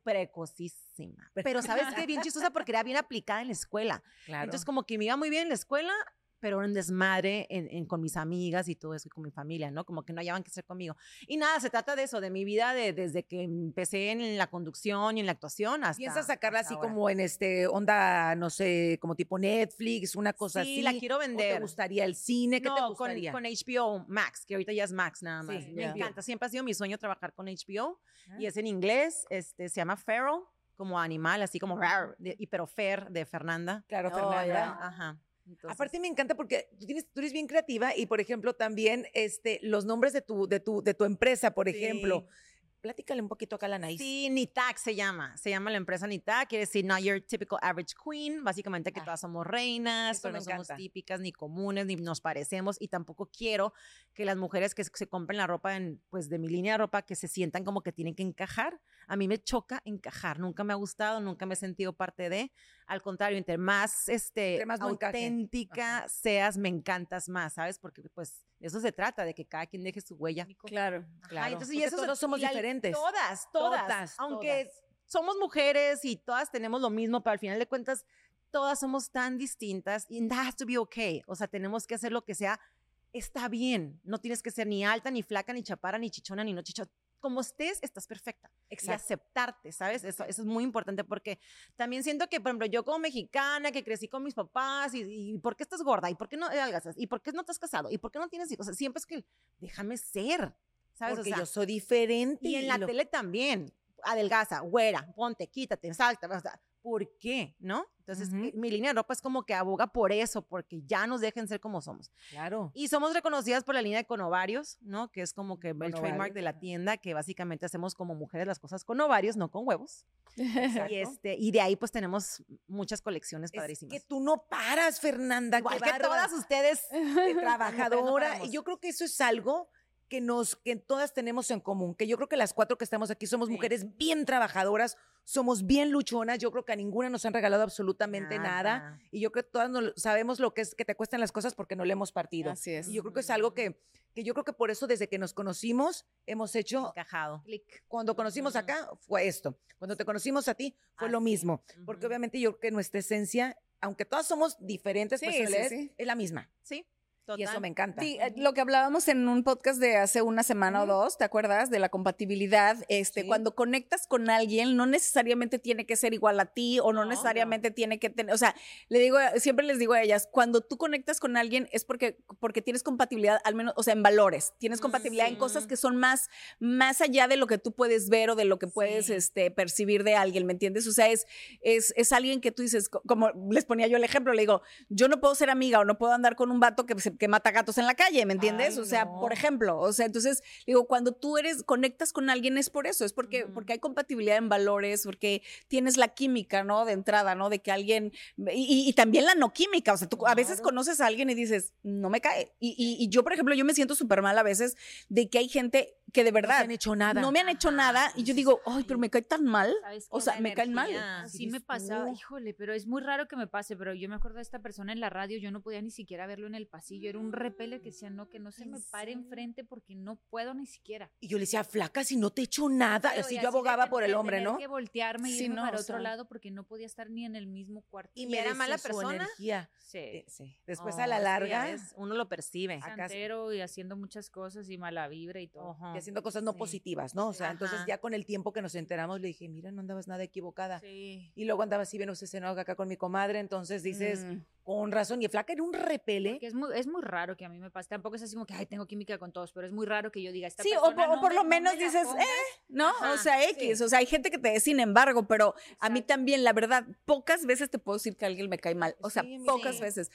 Speaker 5: precocísima.
Speaker 3: Pre-
Speaker 5: Pero sabes qué, bien chistosa porque era bien aplicada en la escuela.
Speaker 3: Claro.
Speaker 5: Entonces como que me iba muy bien en la escuela, pero era un desmadre en- en- con mis amigas y todo eso y con mi familia, ¿no? Como que no hallaban que hacer conmigo. Y nada, se trata de eso, de mi vida de- desde que empecé en la conducción y en la actuación hasta...
Speaker 3: Piensas sacarla así
Speaker 5: hasta ahora.
Speaker 3: como en este onda, no sé, como tipo Netflix, una cosa
Speaker 5: sí,
Speaker 3: así.
Speaker 5: la quiero
Speaker 3: ¿O
Speaker 5: vender.
Speaker 3: te gustaría el cine? ¿Qué
Speaker 5: no,
Speaker 3: te
Speaker 5: con-
Speaker 3: gustaría?
Speaker 5: Con, HBO Max, que ahorita ya es Max nada
Speaker 3: Sí,
Speaker 5: más. me
Speaker 4: ya.
Speaker 5: encanta. Siempre ha sido mi sueño trabajar con HBO. Y
Speaker 4: Ah.
Speaker 5: es en inglés, este, se llama Feral, como animal, así como rar, de- y pero Fer de Fernanda.
Speaker 3: Claro,
Speaker 2: Oh,
Speaker 3: Fernanda.
Speaker 2: ya.
Speaker 5: Ajá. Entonces,
Speaker 3: Aparte me encanta porque tú, tienes, tú eres bien creativa y, por ejemplo, también este, los nombres de tu, de tu, de tu empresa, por ejemplo. Platícale un poquito acá a la Anaís.
Speaker 5: Sí, NITAC se llama. Se llama la empresa NITAC. Quiere decir Not Your Typical Average Queen. Básicamente que
Speaker 3: Ah,
Speaker 5: todas somos reinas,
Speaker 3: eso
Speaker 5: pero
Speaker 3: me
Speaker 5: no somos
Speaker 3: encanta.
Speaker 5: típicas, ni comunes, ni nos parecemos. Y tampoco quiero que las mujeres que s- se compren la ropa en, pues, de mi línea de ropa que se sientan como que tienen que encajar. A mí me choca encajar. Nunca me ha gustado, nunca me he sentido parte de. Al contrario, entre más, este,
Speaker 3: Entre más no encaje.
Speaker 5: auténtica seas, me encantas más, ¿sabes? Porque pues de eso se trata, de que cada quien deje su huella.
Speaker 2: Claro.
Speaker 5: Claro.
Speaker 3: entonces, y
Speaker 5: Porque
Speaker 3: eso
Speaker 5: todos somos diferentes. Todas,
Speaker 3: Todas,
Speaker 5: Aunque somos mujeres y todas tenemos lo mismo, pero al final de cuentas, todas somos tan distintas y that has to be okay. O sea, tenemos que hacer lo que sea. Está bien. No tienes que ser ni alta, ni flaca, ni chaparra, ni chichona, ni no chichona. como estés, estás perfecta. Y aceptarte, ¿sabes? Eso, eso es muy importante porque también siento que, por ejemplo, yo como mexicana, que crecí con mis papás, y, y ¿por qué estás gorda? ¿Y por qué no adelgazas? ¿Y por qué no estás casado? ¿Y por qué no tienes hijos? O sea, siempre es que, déjame ser, ¿sabes? O
Speaker 3: Porque
Speaker 5: sea,
Speaker 3: yo soy diferente.
Speaker 5: y en la
Speaker 3: lo-
Speaker 5: tele también. Adelgaza, güera, ponte, quítate, salta. o sea, ¿Por qué? ¿No? Entonces,
Speaker 3: Ujú.
Speaker 5: mi, mi línea de ropa es como que aboga por eso, porque ya nos dejen ser como somos.
Speaker 3: Claro.
Speaker 5: Y somos reconocidas por la línea de con ovarios, ¿no? Que es como que el
Speaker 3: Con
Speaker 5: trademark
Speaker 3: ovarios,
Speaker 5: de la
Speaker 3: ajá.
Speaker 5: tienda, que básicamente hacemos como mujeres las cosas con ovarios, no con huevos.
Speaker 3: Exacto.
Speaker 5: Y, este, y de ahí pues tenemos muchas colecciones
Speaker 3: Es
Speaker 5: padrísimas.
Speaker 3: que tú no paras, Fernanda.
Speaker 5: Igual
Speaker 3: qué
Speaker 5: que
Speaker 3: bárbara.
Speaker 5: todas ustedes.
Speaker 3: de trabajadora.
Speaker 5: paramos.
Speaker 3: y yo creo que eso es algo que nos, que todas tenemos en común, que yo creo que las cuatro que estamos aquí somos
Speaker 5: Sí.
Speaker 3: mujeres bien trabajadoras, somos bien luchonas, yo creo que a ninguna nos han regalado absolutamente nada, y yo creo que todas nos- sabemos lo que es que te cuestan las cosas porque no le hemos partido.
Speaker 2: Así es.
Speaker 3: Y yo creo que es algo que, que yo creo que por eso desde que nos conocimos hemos hecho,
Speaker 5: Encajado.
Speaker 4: Clic.
Speaker 3: cuando conocimos
Speaker 4: Ujú.
Speaker 3: acá fue esto, cuando te conocimos a ti fue lo
Speaker 5: Así,
Speaker 3: mismo, porque
Speaker 5: Ujú.
Speaker 3: obviamente yo creo que nuestra esencia, aunque todas somos diferentes
Speaker 2: Sí, sí,
Speaker 3: personalidades,
Speaker 2: sí.
Speaker 3: es la misma.
Speaker 5: Sí,
Speaker 3: Y eso
Speaker 5: total.
Speaker 3: me encanta.
Speaker 2: Sí, eh, lo que hablábamos en un podcast de hace una semana o dos, ¿te acuerdas? De la compatibilidad. Este,
Speaker 3: Sí.
Speaker 2: cuando conectas con alguien, no necesariamente tiene que ser igual a ti o no,
Speaker 5: No,
Speaker 2: necesariamente tiene que tener, o sea, le digo, eh, siempre les digo a ellas, cuando tú conectas con alguien es porque, porque tienes compatibilidad, al menos, o sea, en valores, tienes
Speaker 5: Mm,
Speaker 2: compatibilidad en
Speaker 5: sí.
Speaker 2: cosas que son más, más allá de lo que tú puedes ver o de lo que puedes,
Speaker 5: Sí.
Speaker 2: este, percibir de alguien, ¿me entiendes? O sea, es, es, es alguien que tú dices, co- como les ponía yo el ejemplo, le digo, yo no puedo ser amiga o no puedo andar con un vato que, se- que mata gatos en la calle, ¿me entiendes?
Speaker 5: Ay,
Speaker 2: o sea,
Speaker 5: no.
Speaker 2: por ejemplo, o sea, entonces, digo, cuando tú eres, conectas con alguien es por eso, es porque,
Speaker 5: Ujú.
Speaker 2: porque hay compatibilidad en valores, porque tienes la química, ¿no? De entrada, ¿no? De que alguien, y, y- y también la no química, o sea, tú a veces
Speaker 3: Claro.
Speaker 2: conoces a alguien y dices, no me cae. Y, y- y yo, por ejemplo, yo me siento súper mal a veces de que hay gente que de
Speaker 3: No
Speaker 2: verdad
Speaker 3: te han hecho nada.
Speaker 2: no me han hecho
Speaker 5: Ajá,
Speaker 2: nada
Speaker 5: sí,
Speaker 2: y yo
Speaker 5: sí,
Speaker 2: digo,
Speaker 5: sí.
Speaker 2: ay, pero me cae tan mal.
Speaker 4: ¿Sabes
Speaker 2: O
Speaker 4: qué?
Speaker 2: sea,
Speaker 5: la
Speaker 2: me caen mal.
Speaker 5: energía.
Speaker 4: Sí me
Speaker 3: dices
Speaker 4: pasaba,
Speaker 3: tú.
Speaker 4: híjole, pero es muy raro que me pase, pero yo me acuerdo de esta persona en la radio, yo no podía ni siquiera verlo en el pasillo, era un repele que decía, no, que no se
Speaker 3: ¿En
Speaker 4: me pare
Speaker 3: serio?
Speaker 4: enfrente porque no puedo ni siquiera.
Speaker 3: Y yo le decía, flaca, si no te echo nada.
Speaker 4: Pero,
Speaker 3: así
Speaker 4: y
Speaker 3: yo
Speaker 4: de
Speaker 3: abogaba
Speaker 4: te-
Speaker 3: por
Speaker 4: de
Speaker 3: el hombre,
Speaker 4: tener
Speaker 3: ¿no?
Speaker 4: que voltearme y
Speaker 2: Sí,
Speaker 4: irme
Speaker 2: no,
Speaker 4: para
Speaker 2: o
Speaker 4: otro
Speaker 2: sea.
Speaker 4: lado porque no podía estar ni en el mismo cuarto.
Speaker 3: Y
Speaker 5: era
Speaker 3: decía
Speaker 5: mala
Speaker 3: su
Speaker 5: persona?
Speaker 3: energía.
Speaker 4: Sí.
Speaker 3: Eh, sí. Después a
Speaker 5: Oh,
Speaker 3: la
Speaker 5: es que ya
Speaker 3: larga,
Speaker 5: ves, uno lo percibe.
Speaker 3: acá-
Speaker 4: Santero y haciendo muchas cosas y mala vibra y todo.
Speaker 5: Ajá.
Speaker 3: y haciendo cosas no
Speaker 5: Sí.
Speaker 3: positivas, ¿no? O sea, entonces
Speaker 5: Ajá.
Speaker 3: ya con el tiempo que nos enteramos le dije, mira, no andabas nada equivocada.
Speaker 4: Sí.
Speaker 3: Y luego andaba así bien obsesionado acá con mi comadre, entonces dices,
Speaker 2: Mm.
Speaker 3: con razón. Y flaca era un repele.
Speaker 4: Porque es muy, es muy raro que a mí me pase. Tampoco es así como que, ay, tengo química con todos, pero es muy raro que yo diga, esta
Speaker 2: Sí, o
Speaker 4: persona
Speaker 2: por- o
Speaker 4: no
Speaker 2: por
Speaker 4: me-
Speaker 2: lo
Speaker 4: no
Speaker 2: menos
Speaker 4: me la
Speaker 2: dices,
Speaker 4: pongas".
Speaker 2: "Eh, ¿no? o
Speaker 5: Ajá,
Speaker 2: sea, X,
Speaker 5: sí.
Speaker 2: o sea, hay gente que te dice sin embargo, pero a mí
Speaker 4: Exacto.
Speaker 2: también, la verdad, pocas veces te puedo decir que alguien me cae mal, o sea,
Speaker 3: Sí, a mí
Speaker 2: pocas
Speaker 5: sí.
Speaker 2: veces.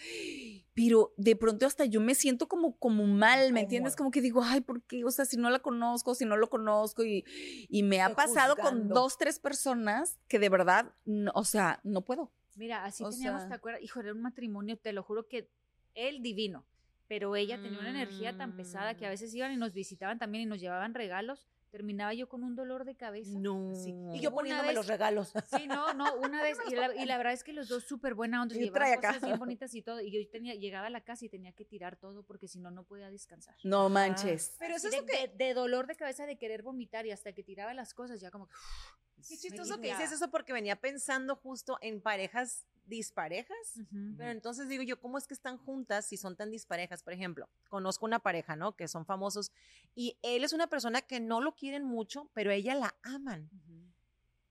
Speaker 2: Pero de pronto hasta yo me siento como, como mal, ¿me entiendes? Como que digo, ay, ¿por qué? O sea, si no la conozco, si no lo conozco, y, y me ha
Speaker 3: Estoy
Speaker 2: pasado con
Speaker 3: juzgando.
Speaker 2: dos, tres personas que de verdad, no- o sea, no puedo.
Speaker 4: Mira, así
Speaker 2: O
Speaker 4: teníamos,
Speaker 2: sea-
Speaker 4: ¿te acuerdas? Hijo, era un matrimonio, te lo juro que él divino, pero ella tenía una energía tan pesada que a
Speaker 5: Mm.
Speaker 4: veces iban y nos visitaban también y nos llevaban regalos. Terminaba yo con un dolor de cabeza.
Speaker 5: No.
Speaker 3: Sí. Y yo
Speaker 4: Una
Speaker 3: poniéndome
Speaker 4: vez-
Speaker 3: los regalos.
Speaker 4: Sí, no, no, una vez, y la, y la verdad es que los dos súper buena onda, se
Speaker 2: Y
Speaker 4: llevaban
Speaker 2: trae acá.
Speaker 4: cosas bien bonitas y todo, y yo tenía, llegaba a la casa y tenía que tirar todo porque si no, no podía descansar.
Speaker 2: No manches.
Speaker 5: Pero eso
Speaker 4: Así
Speaker 5: es
Speaker 4: de,
Speaker 5: lo que...
Speaker 4: de- de dolor de cabeza de querer vomitar y hasta que tiraba las cosas ya como que
Speaker 5: Qué
Speaker 4: me
Speaker 5: chistoso que
Speaker 4: libra.
Speaker 5: dices eso porque venía pensando justo en parejas disparejas.
Speaker 4: Ujú.
Speaker 5: Pero entonces digo yo, ¿cómo es que están juntas si son tan disparejas? Por ejemplo, conozco una pareja, ¿no? Que son famosos y él es una persona que no lo quieren mucho, pero ella la aman.
Speaker 4: Ujú.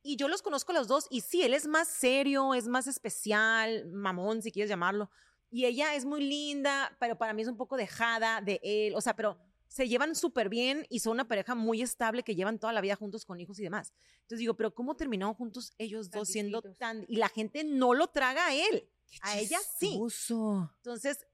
Speaker 5: Y yo los conozco los dos y sí, él es más serio, es más especial, mamón si quieres llamarlo. Y ella es muy linda, pero para mí es un poco dejada de él. O sea, pero se llevan súper bien y son una pareja muy estable que llevan toda la vida juntos con hijos y demás. Entonces digo, pero ¿cómo terminaron juntos ellos
Speaker 4: Tan
Speaker 5: dos siendo
Speaker 4: distintos.
Speaker 5: tan... Y la gente no lo traga a él, a ella sí.
Speaker 3: Chistoso.
Speaker 5: Entonces,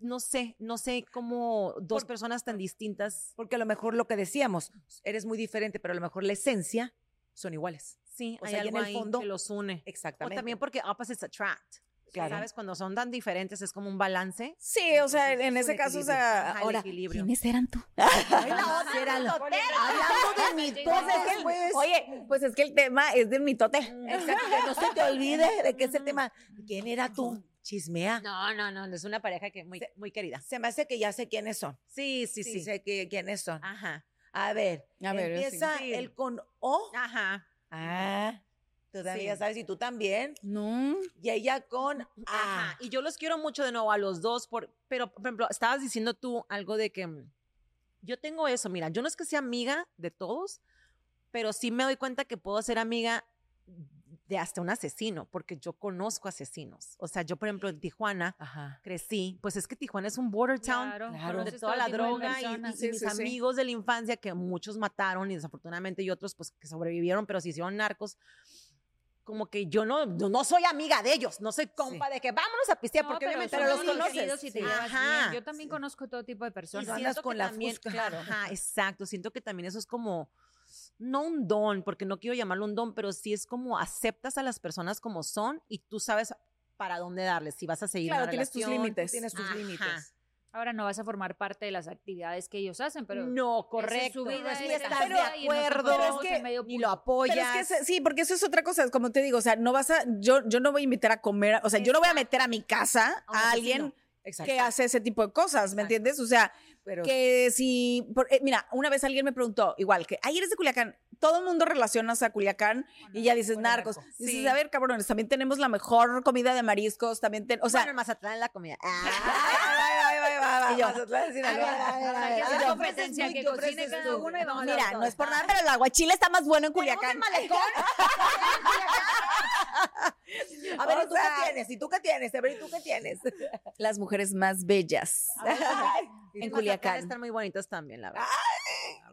Speaker 5: no sé, no sé cómo dos
Speaker 3: Por-
Speaker 5: personas tan distintas...
Speaker 3: Porque a lo mejor lo que decíamos, eres muy diferente, pero a lo mejor la esencia son iguales.
Speaker 5: Sí,
Speaker 3: O
Speaker 5: hay
Speaker 3: sea, y en
Speaker 5: algo
Speaker 3: el
Speaker 5: ahí
Speaker 3: fondo-
Speaker 5: que los une. O
Speaker 3: Exactamente.
Speaker 5: también porque opposites attract.
Speaker 3: Claro.
Speaker 5: ¿Sabes? Cuando son tan diferentes es como un balance.
Speaker 2: Sí, o sea,
Speaker 5: Entonces,
Speaker 2: en
Speaker 5: es un
Speaker 2: ese caso, o
Speaker 5: equilibrio.
Speaker 2: sea,
Speaker 5: Ajá, el
Speaker 2: ahora,
Speaker 5: equilibrio.
Speaker 2: ¿quiénes eran tú?
Speaker 5: Ay, la
Speaker 3: Ah,
Speaker 5: otra,
Speaker 3: era la-
Speaker 5: totera.
Speaker 4: Hablando de mi
Speaker 2: Pues es que el- oye, pues es que el tema es de mitote. Mm.
Speaker 3: Exacto, que no se te olvide de que ese tema. ¿Quién era tú? Chismea.
Speaker 5: No, no, no, es una pareja que muy, muy querida.
Speaker 3: Se me hace que ya sé quiénes son.
Speaker 5: Sí, sí,
Speaker 3: Sí,
Speaker 5: sí. Ah.
Speaker 3: sé que- quiénes son.
Speaker 5: Ajá.
Speaker 3: A ver,
Speaker 2: A ver,
Speaker 3: empieza
Speaker 5: sí.
Speaker 3: el con O.
Speaker 5: Ajá.
Speaker 3: Ah, tú también ya sabes, y tú también.
Speaker 2: No.
Speaker 3: Y ella con
Speaker 5: Ajá.
Speaker 3: A.
Speaker 5: Y yo los quiero mucho de nuevo a los dos, por, pero por ejemplo, estabas diciendo tú algo de que mm, Yo tengo eso, mira, yo no es que sea amiga de todos, pero sí me doy cuenta que puedo ser amiga de hasta un asesino, porque yo conozco asesinos. O sea, yo, por ejemplo, en Tijuana
Speaker 3: Ajá.
Speaker 5: crecí, pues es que Tijuana es un border town
Speaker 3: claro.
Speaker 5: donde
Speaker 4: conoces
Speaker 5: toda
Speaker 4: todo
Speaker 5: la
Speaker 4: tipo de
Speaker 5: droga y,
Speaker 4: personas.
Speaker 5: y- y
Speaker 2: Sí,
Speaker 5: mis
Speaker 2: sí, sí.
Speaker 5: amigos de la infancia que muchos mataron y desafortunadamente y otros pues que sobrevivieron pero se hicieron narcos como que yo no no, no soy amiga de ellos no soy compa de que vámonos a pistear
Speaker 4: No,
Speaker 5: porque
Speaker 4: pero
Speaker 5: obviamente
Speaker 4: son
Speaker 5: no los
Speaker 4: muy
Speaker 5: conoces
Speaker 4: queridos y te
Speaker 5: Sí.
Speaker 4: llevas
Speaker 5: Ajá.
Speaker 4: bien. Yo también conozco todo tipo de
Speaker 5: Y
Speaker 4: personas.
Speaker 3: andas
Speaker 5: siento que
Speaker 3: con la
Speaker 5: también-
Speaker 3: fusca.
Speaker 5: Claro, ajá, exacto. Siento que también eso es como, no un don, porque no quiero llamarlo un don, pero sí es como aceptas a las personas como son y tú sabes para dónde darles, si vas a seguir
Speaker 2: Claro,
Speaker 5: una
Speaker 2: tienes tus
Speaker 5: relación.
Speaker 2: límites.
Speaker 3: Tienes tus
Speaker 5: Ajá.
Speaker 3: límites.
Speaker 4: Ahora no vas a formar parte de las actividades que ellos hacen, pero
Speaker 5: no,
Speaker 4: esa es
Speaker 5: correcto.
Speaker 4: su vida,
Speaker 5: si
Speaker 4: esa es
Speaker 5: estás
Speaker 4: su
Speaker 5: de
Speaker 4: vida y nos
Speaker 5: acuerdo,
Speaker 4: encontramos
Speaker 2: Pero es que
Speaker 4: en medio
Speaker 5: ni lo
Speaker 4: punto.
Speaker 5: apoyas.
Speaker 2: Pero es que ese- sí, porque eso es otra cosa, como te digo, o sea, no vas a, yo, yo no voy a invitar a comer, o sea, yo no voy a meter a mi casa
Speaker 5: un
Speaker 2: a, alguien
Speaker 5: Exacto.
Speaker 2: que hace ese tipo de cosas, ¿me
Speaker 5: Exacto.
Speaker 2: entiendes? O sea,
Speaker 3: Pero
Speaker 2: que si, por- eh, mira, una vez alguien me preguntó, igual, que ayer eres de Culiacán, todo el mundo relacionas a Culiacán y ya dices
Speaker 3: con
Speaker 2: narcos,
Speaker 3: narco.
Speaker 2: dices,
Speaker 5: Sí.
Speaker 2: a ver, cabrones, también tenemos la mejor comida de mariscos, también, ten- o sea,
Speaker 5: bueno, en Mazatlán la comida.
Speaker 3: Ay,
Speaker 2: Ah,
Speaker 3: ay, ay, ay, ay,
Speaker 2: Y yo,
Speaker 3: Mazatlán, Sinaloa.
Speaker 5: ay, ay,
Speaker 3: Ay,
Speaker 5: ay, ay,
Speaker 3: ay,
Speaker 5: ay,
Speaker 3: ay,
Speaker 4: competencia
Speaker 3: ofreces
Speaker 4: que
Speaker 3: tú, tú
Speaker 4: cocine
Speaker 3: ofreces
Speaker 4: cada
Speaker 3: tú.
Speaker 4: uno y vamos
Speaker 3: Mira,
Speaker 2: mira, no es por nada, pero el aguachile está más bueno en Culiacán.
Speaker 3: A ver,
Speaker 2: O
Speaker 3: ¿y tú
Speaker 2: sea-
Speaker 3: qué tienes? ¿Y tú qué tienes? A ver, ¿y tú qué tienes?
Speaker 2: Las mujeres más bellas.
Speaker 5: En
Speaker 2: Culiacán.
Speaker 5: Están muy bonitas también, la verdad.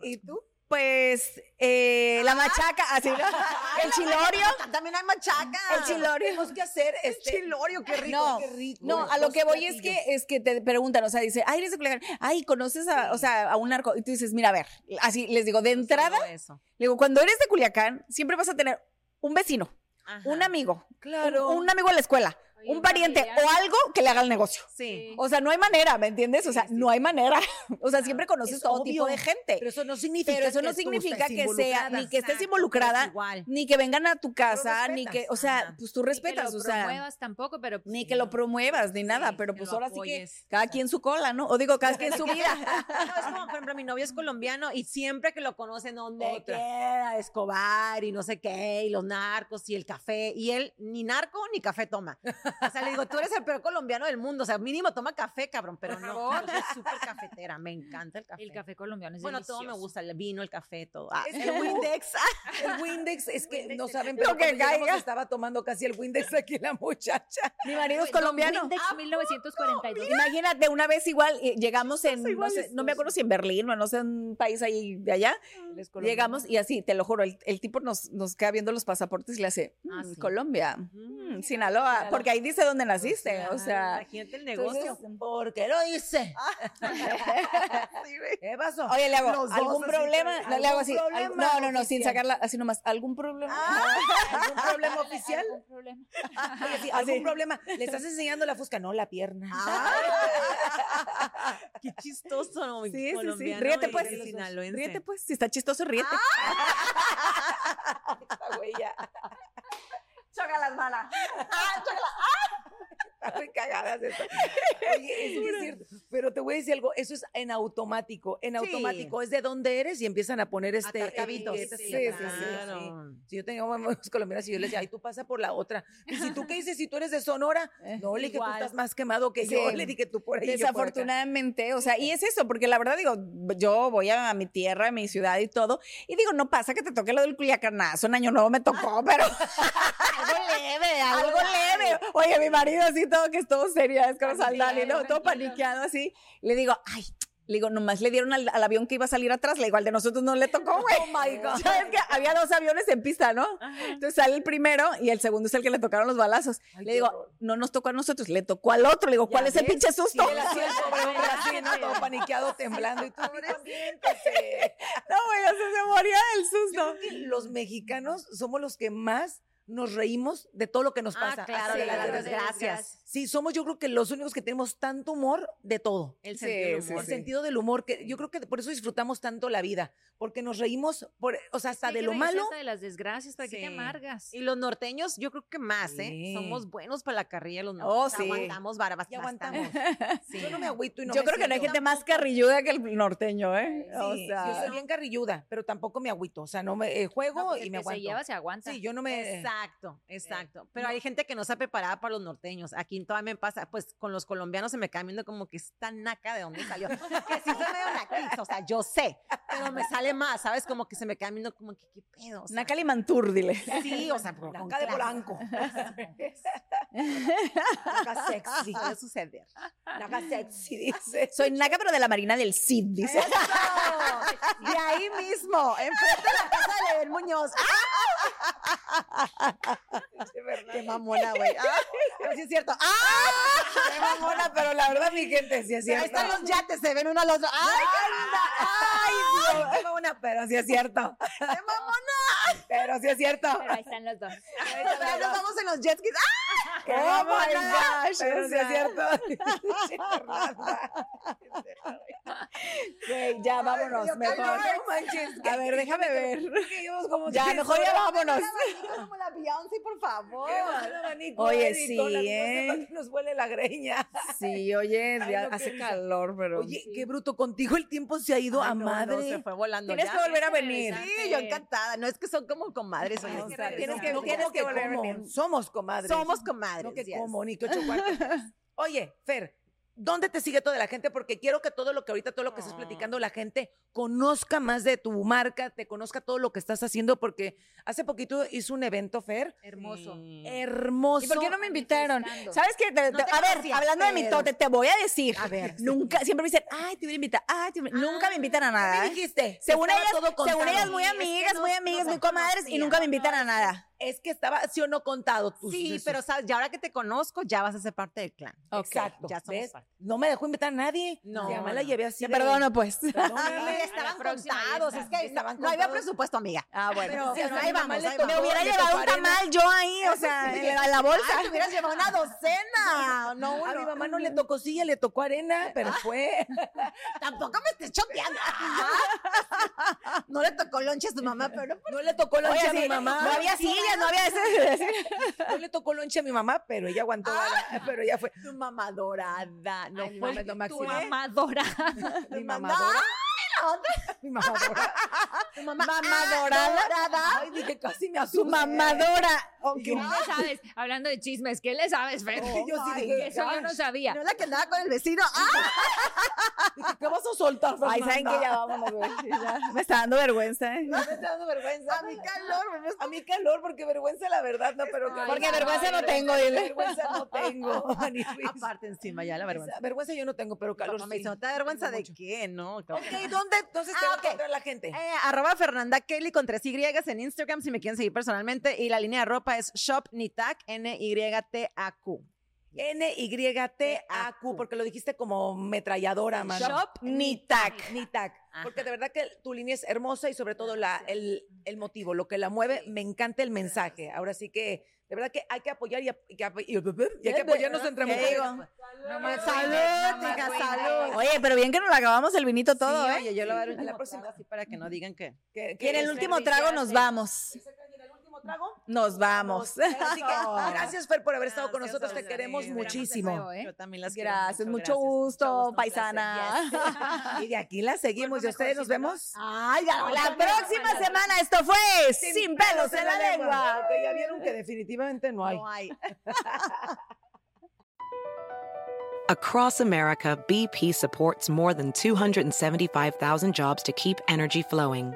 Speaker 3: ¿Y tú?
Speaker 2: Pues eh, la machaca, así, ¿no? el chilorio,
Speaker 5: También hay machaca.
Speaker 2: el chilorio.
Speaker 3: Tenemos que hacer este...
Speaker 5: chilorio, qué rico.
Speaker 2: No,
Speaker 3: qué rico.
Speaker 2: no, a lo
Speaker 3: Los
Speaker 2: que voy es
Speaker 3: platillos.
Speaker 2: que es que te preguntan, o sea, dice, ay, eres de Culiacán, ay, conoces a, o sea, a un narco, y tú dices, mira, a ver, así les digo, de entrada,
Speaker 5: Todo eso.
Speaker 2: le digo, cuando eres de Culiacán, siempre vas a tener un vecino,
Speaker 5: Ajá.
Speaker 2: un amigo,
Speaker 3: Claro.
Speaker 2: un, un amigo de la escuela,
Speaker 4: Oye,
Speaker 2: un
Speaker 4: un
Speaker 2: pariente
Speaker 4: familiar.
Speaker 2: o algo que le haga el negocio.
Speaker 5: Sí.
Speaker 2: O sea, no hay manera, ¿me entiendes? O sea, no hay manera. O sea, siempre conoces
Speaker 3: Es
Speaker 2: todo tipo
Speaker 3: obvio,
Speaker 2: de gente.
Speaker 3: Pero eso no significa
Speaker 2: Pero eso no
Speaker 3: que tú
Speaker 2: significa
Speaker 3: estés
Speaker 2: que sea
Speaker 3: involucrada.
Speaker 2: ni que estés
Speaker 5: Exacto,
Speaker 2: involucrada,
Speaker 5: es Igual.
Speaker 2: ni que vengan a tu casa, ni que,
Speaker 3: respetas,
Speaker 2: o sea,
Speaker 5: ajá.
Speaker 2: pues tú
Speaker 4: Ni que
Speaker 2: respetas,
Speaker 4: lo
Speaker 2: o sea,
Speaker 4: promuevas tampoco, pero
Speaker 2: ni que lo promuevas, ni nada,
Speaker 5: Sí,
Speaker 2: pero
Speaker 5: que
Speaker 2: pues
Speaker 5: lo
Speaker 2: ahora sí
Speaker 5: apoyes,
Speaker 2: que cada
Speaker 5: exacto.
Speaker 2: quien su cola, ¿no? O digo, cada quien su vida.
Speaker 5: No, es como, por ejemplo, mi novio es colombiano y siempre que lo conocen, ¿dónde
Speaker 3: Otra.
Speaker 5: queda Escobar y no sé qué, y los narcos y el café? Y él ni narco ni café toma. O sea, le digo, tú eres el peor colombiano del mundo. O sea, mínimo toma café, cabrón, pero
Speaker 4: Por
Speaker 5: no.
Speaker 4: favor.
Speaker 5: Yo soy súper cafetera, me encanta el café.
Speaker 4: El café colombiano es
Speaker 5: Bueno,
Speaker 4: delicioso.
Speaker 5: todo me gusta, el vino, el café, todo. Ah,
Speaker 3: Es que el Windex, el Windex, es que no saben, pero
Speaker 2: Lo que
Speaker 3: cuando llegamos
Speaker 2: caiga.
Speaker 3: estaba tomando casi el Windex aquí la muchacha.
Speaker 2: Mi marido es
Speaker 4: Don
Speaker 2: colombiano.
Speaker 4: Windex 1942.
Speaker 2: Imagínate, una vez igual eh, llegamos en, no, sé,
Speaker 3: iguales
Speaker 2: no me
Speaker 3: todos.
Speaker 2: acuerdo si en Berlín o no sé, en un país ahí de allá,
Speaker 3: Él es colombiano.
Speaker 2: llegamos y así, te lo juro, el, el tipo nos, nos queda viendo los pasaportes y le hace,
Speaker 5: Ah,
Speaker 2: "Mm,
Speaker 5: sí.
Speaker 2: Colombia,
Speaker 5: Mm,
Speaker 2: mm, Sinaloa, porque ahí dice dónde naciste, o sea,
Speaker 5: Imagínate el negocio.
Speaker 2: entonces,
Speaker 3: ¿Por qué lo dice? ¿Qué pasó?
Speaker 2: Ah, Oye, le hago,
Speaker 3: Los dos
Speaker 2: ¿algún
Speaker 3: así,
Speaker 2: problema?
Speaker 3: pero-
Speaker 2: Le- le hago así.
Speaker 3: ¿algún
Speaker 2: al-
Speaker 3: problema
Speaker 2: no, no, no, sin
Speaker 3: oficial? Ah.
Speaker 2: sacarla, así nomás. ¿Algún problema?
Speaker 3: ¿Algún problema oficial?
Speaker 4: ¿Algún problema?
Speaker 3: Oye, sí, ¿Algún problema? ¿Le estás enseñando la fusca? No, la pierna.
Speaker 5: Qué chistoso, ¿no?
Speaker 2: sí, sí, sí.
Speaker 5: Colombiano
Speaker 2: Ríete
Speaker 5: y
Speaker 2: pues.
Speaker 5: el sinaloense.
Speaker 2: Ríete pues. Si está chistoso, ríete.
Speaker 3: Ah. Esta güey ya
Speaker 2: Chócalas, mala.
Speaker 3: está muy cagadas esto. Oye, es, que es cierto. Pero te voy a decir algo, eso es en automático. En automático es de dónde eres y empiezan a poner este
Speaker 5: Atacavitos.
Speaker 3: etiquetas.
Speaker 2: Sí,
Speaker 3: Sí,
Speaker 2: sí,
Speaker 3: sí,
Speaker 2: sí,
Speaker 3: sí, sí.
Speaker 5: Claro.
Speaker 3: Si yo tenía amigos colombianos y yo les decía, ay, tú pasa por la otra. Y si tú qué dices, si tú eres de Sonora,
Speaker 2: Eh.
Speaker 3: no, le dije, tú
Speaker 5: Igual.
Speaker 3: estás más quemado que
Speaker 2: Sí.
Speaker 3: yo. Le dije, tú por ahí. yo por acá.
Speaker 2: Desafortunadamente, o sea, y es eso, porque la verdad digo, yo voy a, mi tierra, a mi ciudad y todo, y digo, no pasa que te toque lo del culiacanazo, en Año Nuevo me tocó, pero
Speaker 5: Algo leve,
Speaker 2: algo leve. Oye, mi marido así todo que es todo serio, es como
Speaker 4: Tranquila,
Speaker 2: Saldani, ¿no? Todo
Speaker 4: tranquilo.
Speaker 2: paniqueado así. Le digo, ay, le digo, nomás le dieron al, al avión que iba a salir atrás, le digo, al de nosotros no le tocó, güey.
Speaker 3: Oh my God.
Speaker 2: ¿Sabes que había dos aviones en pista, ¿no? Entonces sale el primero y el segundo es el que le tocaron los balazos. le
Speaker 3: Ay, qué
Speaker 2: digo,
Speaker 3: horror.
Speaker 2: no nos tocó a nosotros, le tocó al otro. Le digo, ¿cuál es el
Speaker 3: ves,
Speaker 2: pinche susto?
Speaker 3: Y él así, el pobre hombre, así, ¿no? Todo paniqueado, temblando. Y tú, "Siéntese".
Speaker 2: No, güey, o sea, se moría del susto.
Speaker 3: que los mexicanos somos los que más nos reímos de todo lo que nos
Speaker 5: Ah,
Speaker 3: pasa.
Speaker 5: claro,
Speaker 3: así
Speaker 5: de
Speaker 3: de
Speaker 5: las
Speaker 3: la
Speaker 4: Claro,
Speaker 3: desgracia.
Speaker 5: desgracias.
Speaker 3: Sí, somos yo creo que los únicos que tenemos tanto humor de todo.
Speaker 5: El
Speaker 2: Sí,
Speaker 5: sentido del
Speaker 2: sí,
Speaker 5: humor.
Speaker 3: El sentido del humor, que yo creo que por eso disfrutamos tanto la vida, porque nos reímos, por, o sea, hasta
Speaker 4: Hay
Speaker 3: de
Speaker 4: que
Speaker 3: lo
Speaker 4: reírse
Speaker 3: malo.
Speaker 4: hasta de las desgracias, ¿para qué
Speaker 5: Sí.
Speaker 4: te amargas?
Speaker 5: Y los norteños, yo creo que más,
Speaker 3: Sí.
Speaker 5: ¿eh? Somos buenos para la carrilla los
Speaker 2: Oh,
Speaker 5: norteños.
Speaker 2: sí.
Speaker 5: Aguantamos barabas.
Speaker 3: Ya aguantamos.
Speaker 5: Sí.
Speaker 3: Yo no me agüito y no
Speaker 2: Yo
Speaker 3: me
Speaker 2: creo que no hay
Speaker 3: siento-
Speaker 2: gente más carrilluda que el norteño, ¿eh?
Speaker 3: Sí,
Speaker 2: o
Speaker 3: yo
Speaker 2: sea,
Speaker 3: soy bien carrilluda, pero tampoco me agüito, o sea, no me eh,
Speaker 4: No,
Speaker 3: juego
Speaker 4: pues
Speaker 3: y
Speaker 4: el
Speaker 3: me
Speaker 4: que se
Speaker 3: aguanto.
Speaker 4: lleva se aguanta.
Speaker 3: Sí, yo no me
Speaker 5: Exacto. Exacto, exacto. Pero hay gente que Eh, no está preparada para los norteños. Aquí todavía me pasa, pues con los colombianos se me cae viendo como que esta naca de dónde salió. que sí soy medio naquiza, o sea, yo sé, pero me sale más, ¿sabes? Como que se me cae viendo como que qué pedo. O sea,
Speaker 2: Nácali Mantur, dile.
Speaker 5: sí, o sea, pero con
Speaker 3: Naca de
Speaker 5: clase.
Speaker 3: Polanco. Naca sexy.
Speaker 5: Puede suceder.
Speaker 3: Naca sexy, dice.
Speaker 2: Soy Naca, pero de la Marina del Cid, dice.
Speaker 5: De ahí mismo, enfrente de la casa de Level Muñoz. ¡Qué mamona, güey! ¡Ah! Pero sí es cierto. ¡Ah!
Speaker 3: Qué mamona, pero la verdad, mi gente, sí es
Speaker 5: Ahí
Speaker 3: cierto.
Speaker 5: están los yates, se ven uno al otro. ¡Ah! ¡Ay,
Speaker 3: ¡Ay, Dios! Qué mamona, pero sí es cierto.
Speaker 5: qué mamona!
Speaker 3: Pero sí es cierto.
Speaker 4: Pero ahí están los dos.
Speaker 5: Pero nos vamos en los jet skis. ¡Ah!
Speaker 3: ¡Qué
Speaker 5: Oh my
Speaker 3: mamona!
Speaker 5: gosh,
Speaker 3: Pero
Speaker 5: o
Speaker 3: sí es
Speaker 5: sea.
Speaker 3: cierto. Sí, Fernanda.
Speaker 2: Güey, ya vámonos,
Speaker 3: Yo,
Speaker 2: mejor.
Speaker 3: calma, No manches.
Speaker 2: A ver, déjame ver.
Speaker 3: Que íbamos como
Speaker 2: Ya,
Speaker 3: tres
Speaker 2: mejor ya
Speaker 3: horas.
Speaker 2: vámonos.
Speaker 5: Como la Beyoncé, por favor.
Speaker 3: Qué bajada, abanico,
Speaker 2: Oye,
Speaker 3: Eric,
Speaker 2: sí,
Speaker 3: con las luces
Speaker 2: ¿eh?
Speaker 3: para que Nos huele la greña.
Speaker 2: Sí, oye, ya
Speaker 3: no, qué
Speaker 2: hace
Speaker 3: risa.
Speaker 2: calor, pero.
Speaker 3: Oye, qué bruto. Contigo el tiempo se ha ido a
Speaker 5: Ay, Ah, no, no,
Speaker 3: madre.
Speaker 5: se fue volando.
Speaker 2: Tienes
Speaker 5: ya.
Speaker 2: que volver a
Speaker 4: tienes que
Speaker 2: venir.
Speaker 4: regresar.
Speaker 5: Sí, yo encantada. No es que son como comadres. Oye,
Speaker 3: No,
Speaker 5: es
Speaker 3: o
Speaker 5: que
Speaker 3: sea,
Speaker 5: regresan.
Speaker 3: tienes que,
Speaker 5: No,
Speaker 3: tienes
Speaker 5: como
Speaker 3: que volver
Speaker 5: como.
Speaker 3: Somos comadres.
Speaker 5: Somos comadres.
Speaker 3: No que
Speaker 5: yes.
Speaker 3: como, ni que ocho cuartos. Oye, Fer, ¿dónde te sigue toda la gente? Porque quiero que todo lo que ahorita, todo lo que
Speaker 2: Ah.
Speaker 3: estás platicando, la gente conozca más de tu marca, te conozca todo lo que estás haciendo, porque hace poquito hizo un evento, Fer,
Speaker 4: Hermoso.
Speaker 5: Eh,
Speaker 3: hermoso.
Speaker 2: ¿Y por qué no me invitaron?
Speaker 4: Manifestando.
Speaker 2: ¿Sabes qué? Te-
Speaker 5: No
Speaker 2: te-
Speaker 5: te
Speaker 2: a ver,
Speaker 5: conocía,
Speaker 2: hablando de
Speaker 5: pero-
Speaker 2: mitote, te voy a decir.
Speaker 5: A ver.
Speaker 2: Nunca, siempre me dicen, ay, te voy a invitar, ay, te voy a- nunca me invitan a nada.
Speaker 3: me
Speaker 2: ¿eh?
Speaker 3: dijiste?
Speaker 2: Según
Speaker 3: Estaba
Speaker 2: ellas, según
Speaker 3: todo contado.
Speaker 2: ellas, muy
Speaker 5: Sí, es que
Speaker 2: amigas,
Speaker 5: no-
Speaker 2: muy
Speaker 5: no
Speaker 2: amigas,
Speaker 5: se
Speaker 2: muy comadres, y
Speaker 5: conocía.
Speaker 2: nunca me invitan a nada.
Speaker 3: Es que estaba, sí o no contado. tus-
Speaker 5: Sí,
Speaker 3: sus-
Speaker 5: pero sabes, ya ahora que te conozco, ya vas a ser parte del clan.
Speaker 2: Ok.
Speaker 3: Exacto.
Speaker 5: Ya somos
Speaker 3: ¿ves?
Speaker 5: parte.
Speaker 3: No me dejó invitar a nadie.
Speaker 5: No,
Speaker 3: Ya me la
Speaker 5: no.
Speaker 3: llevé así.
Speaker 2: Te
Speaker 3: de-
Speaker 2: perdono, pues.
Speaker 3: Perdóname.
Speaker 5: Sí,
Speaker 4: a
Speaker 5: estaban
Speaker 4: la próxima, ya
Speaker 5: contados.
Speaker 4: está.
Speaker 5: Es que
Speaker 3: Estaban
Speaker 5: no había
Speaker 3: contados.
Speaker 5: presupuesto, amiga.
Speaker 2: Ah, bueno.
Speaker 5: Pero,
Speaker 3: sí,
Speaker 5: pero
Speaker 3: a mi
Speaker 5: ahí
Speaker 3: mamá
Speaker 5: vamos,
Speaker 3: le
Speaker 5: ahí
Speaker 3: tocó-
Speaker 2: Me
Speaker 5: vamos.
Speaker 2: hubiera
Speaker 3: le
Speaker 2: llevado un
Speaker 3: toparé, ¿no?
Speaker 2: tamal yo ahí, o sea, en la, en la bolsa.
Speaker 5: Ay, te hubieras llevado una docena. No,
Speaker 3: A mi
Speaker 5: uno.
Speaker 3: mamá no le tocó silla, le tocó arena, pero fue.
Speaker 5: Tampoco me estés choteando. No le tocó lonche a tu mamá, pero
Speaker 3: No le tocó
Speaker 2: Oye,
Speaker 3: lonche a
Speaker 2: sí,
Speaker 3: mi mamá.
Speaker 2: No había sillas, no había
Speaker 3: No le tocó lonche a mi mamá, pero ella aguantó. vara, Pero ella fue.
Speaker 5: tu mamá dorada. No
Speaker 3: Ay, mi
Speaker 5: fue
Speaker 3: mamá es lo
Speaker 5: tu
Speaker 3: máximo.
Speaker 5: mamá.
Speaker 4: Amadora.
Speaker 3: Mi
Speaker 5: mamá-
Speaker 3: mamá. adora. Mi mamá. adora.
Speaker 5: Tu mamá,
Speaker 2: Mamá
Speaker 5: ah,
Speaker 2: dorada.
Speaker 3: Ay, dije, casi me asusté.
Speaker 2: su mamadora.
Speaker 3: Dije,
Speaker 4: ¿Qué le sabes? Hablando de chismes, ¿qué le sabes, Fer?
Speaker 3: Oh, yo sí
Speaker 4: Ay,
Speaker 3: dije,
Speaker 4: que eso yo no
Speaker 3: gosh.
Speaker 4: sabía.
Speaker 5: No es la que andaba con el vecino. ¡Ah!
Speaker 3: ¿Qué vas a soltar, Fernanda?
Speaker 2: Ay, saben que ya vámonos, güey. Ya, Me está dando vergüenza, ¿eh?
Speaker 3: Me está dando vergüenza.
Speaker 5: A mi calor, me
Speaker 3: A mí calor, porque vergüenza la verdad, no, pero
Speaker 4: Ay,
Speaker 2: Porque
Speaker 4: no,
Speaker 2: vergüenza no tengo, dile.
Speaker 3: vergüenza no tengo. Ni risa.
Speaker 5: Aparte encima ya la vergüenza.
Speaker 3: Esa Vergüenza yo no tengo, pero
Speaker 5: Papá
Speaker 3: calor
Speaker 5: me
Speaker 3: sí.
Speaker 5: dice, ¿no te da vergüenza
Speaker 3: Tengo
Speaker 5: de
Speaker 3: mucho.
Speaker 5: qué? No. te-
Speaker 3: Ok, ¿dónde entonces te
Speaker 5: Ah,
Speaker 3: va a
Speaker 5: ok.
Speaker 3: encontrar la gente?
Speaker 5: Eh, arroba Fernanda Kelly con tres Y en Instagram si me quieren seguir personalmente. Y la línea de ropa es Shop Nitac, N-Y-T-A-Q.
Speaker 3: N-Y-T-A-Q, porque lo dijiste como metralladora, mano.
Speaker 5: Shop
Speaker 3: ni tac. Ni tac.
Speaker 5: Ajá.
Speaker 3: Porque de verdad que tu línea es hermosa y sobre todo la, el, el motivo, lo que la mueve, me encanta el mensaje. Ahora sí que, de verdad que hay que apoyar y, ap- y que ap- y- y hay que apoyarnos entre
Speaker 5: ¿Qué
Speaker 3: mujeres.
Speaker 5: digo?
Speaker 4: No más
Speaker 5: Salud,
Speaker 4: winners, no más
Speaker 5: hija,
Speaker 4: winners.
Speaker 5: salud.
Speaker 2: Oye, pero bien que nos la acabamos el vinito todo,
Speaker 5: Sí,
Speaker 2: ¿eh?
Speaker 5: Oye, yo lo voy a dar
Speaker 3: A
Speaker 5: un
Speaker 3: la
Speaker 5: la
Speaker 3: próxima.
Speaker 5: próxima así para que no digan que.
Speaker 3: Que- este,
Speaker 2: Y
Speaker 3: que
Speaker 2: en el
Speaker 3: es-
Speaker 2: último trago nos vamos. Nos vamos.
Speaker 3: Así que gracias, Fer, por haber estado con
Speaker 5: Gracias
Speaker 3: nosotros.
Speaker 5: a
Speaker 3: Te
Speaker 5: ustedes.
Speaker 3: queremos
Speaker 5: Esperamos de
Speaker 3: muchísimo.
Speaker 4: nuevo, ¿eh?
Speaker 5: Yo también las quiero
Speaker 2: Gracias, mucho
Speaker 5: gracias.
Speaker 2: gusto,
Speaker 5: un placer.
Speaker 2: paisana.
Speaker 5: Yes.
Speaker 3: Y de aquí la seguimos. Y ustedes nos vemos.
Speaker 5: Ah.
Speaker 2: Ay, ya,
Speaker 4: Ojalá.
Speaker 2: la próxima semana esto fue Sin, pelos en la lengua.
Speaker 3: Porque ya vieron que definitivamente no hay.
Speaker 5: No hay.
Speaker 6: Across America, BP supports more than 275,000 jobs to keep energy flowing.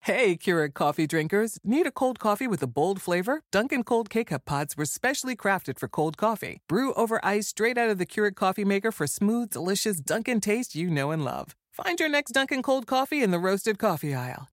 Speaker 1: Hey, Keurig coffee drinkers. Need a cold coffee with a bold flavor? Dunkin' Cold K-Cup Pods were specially crafted for cold coffee. Brew over ice straight out of the Keurig coffee maker for smooth, delicious Dunkin' taste you know and love. Find your next Dunkin' Cold coffee in the roasted coffee aisle.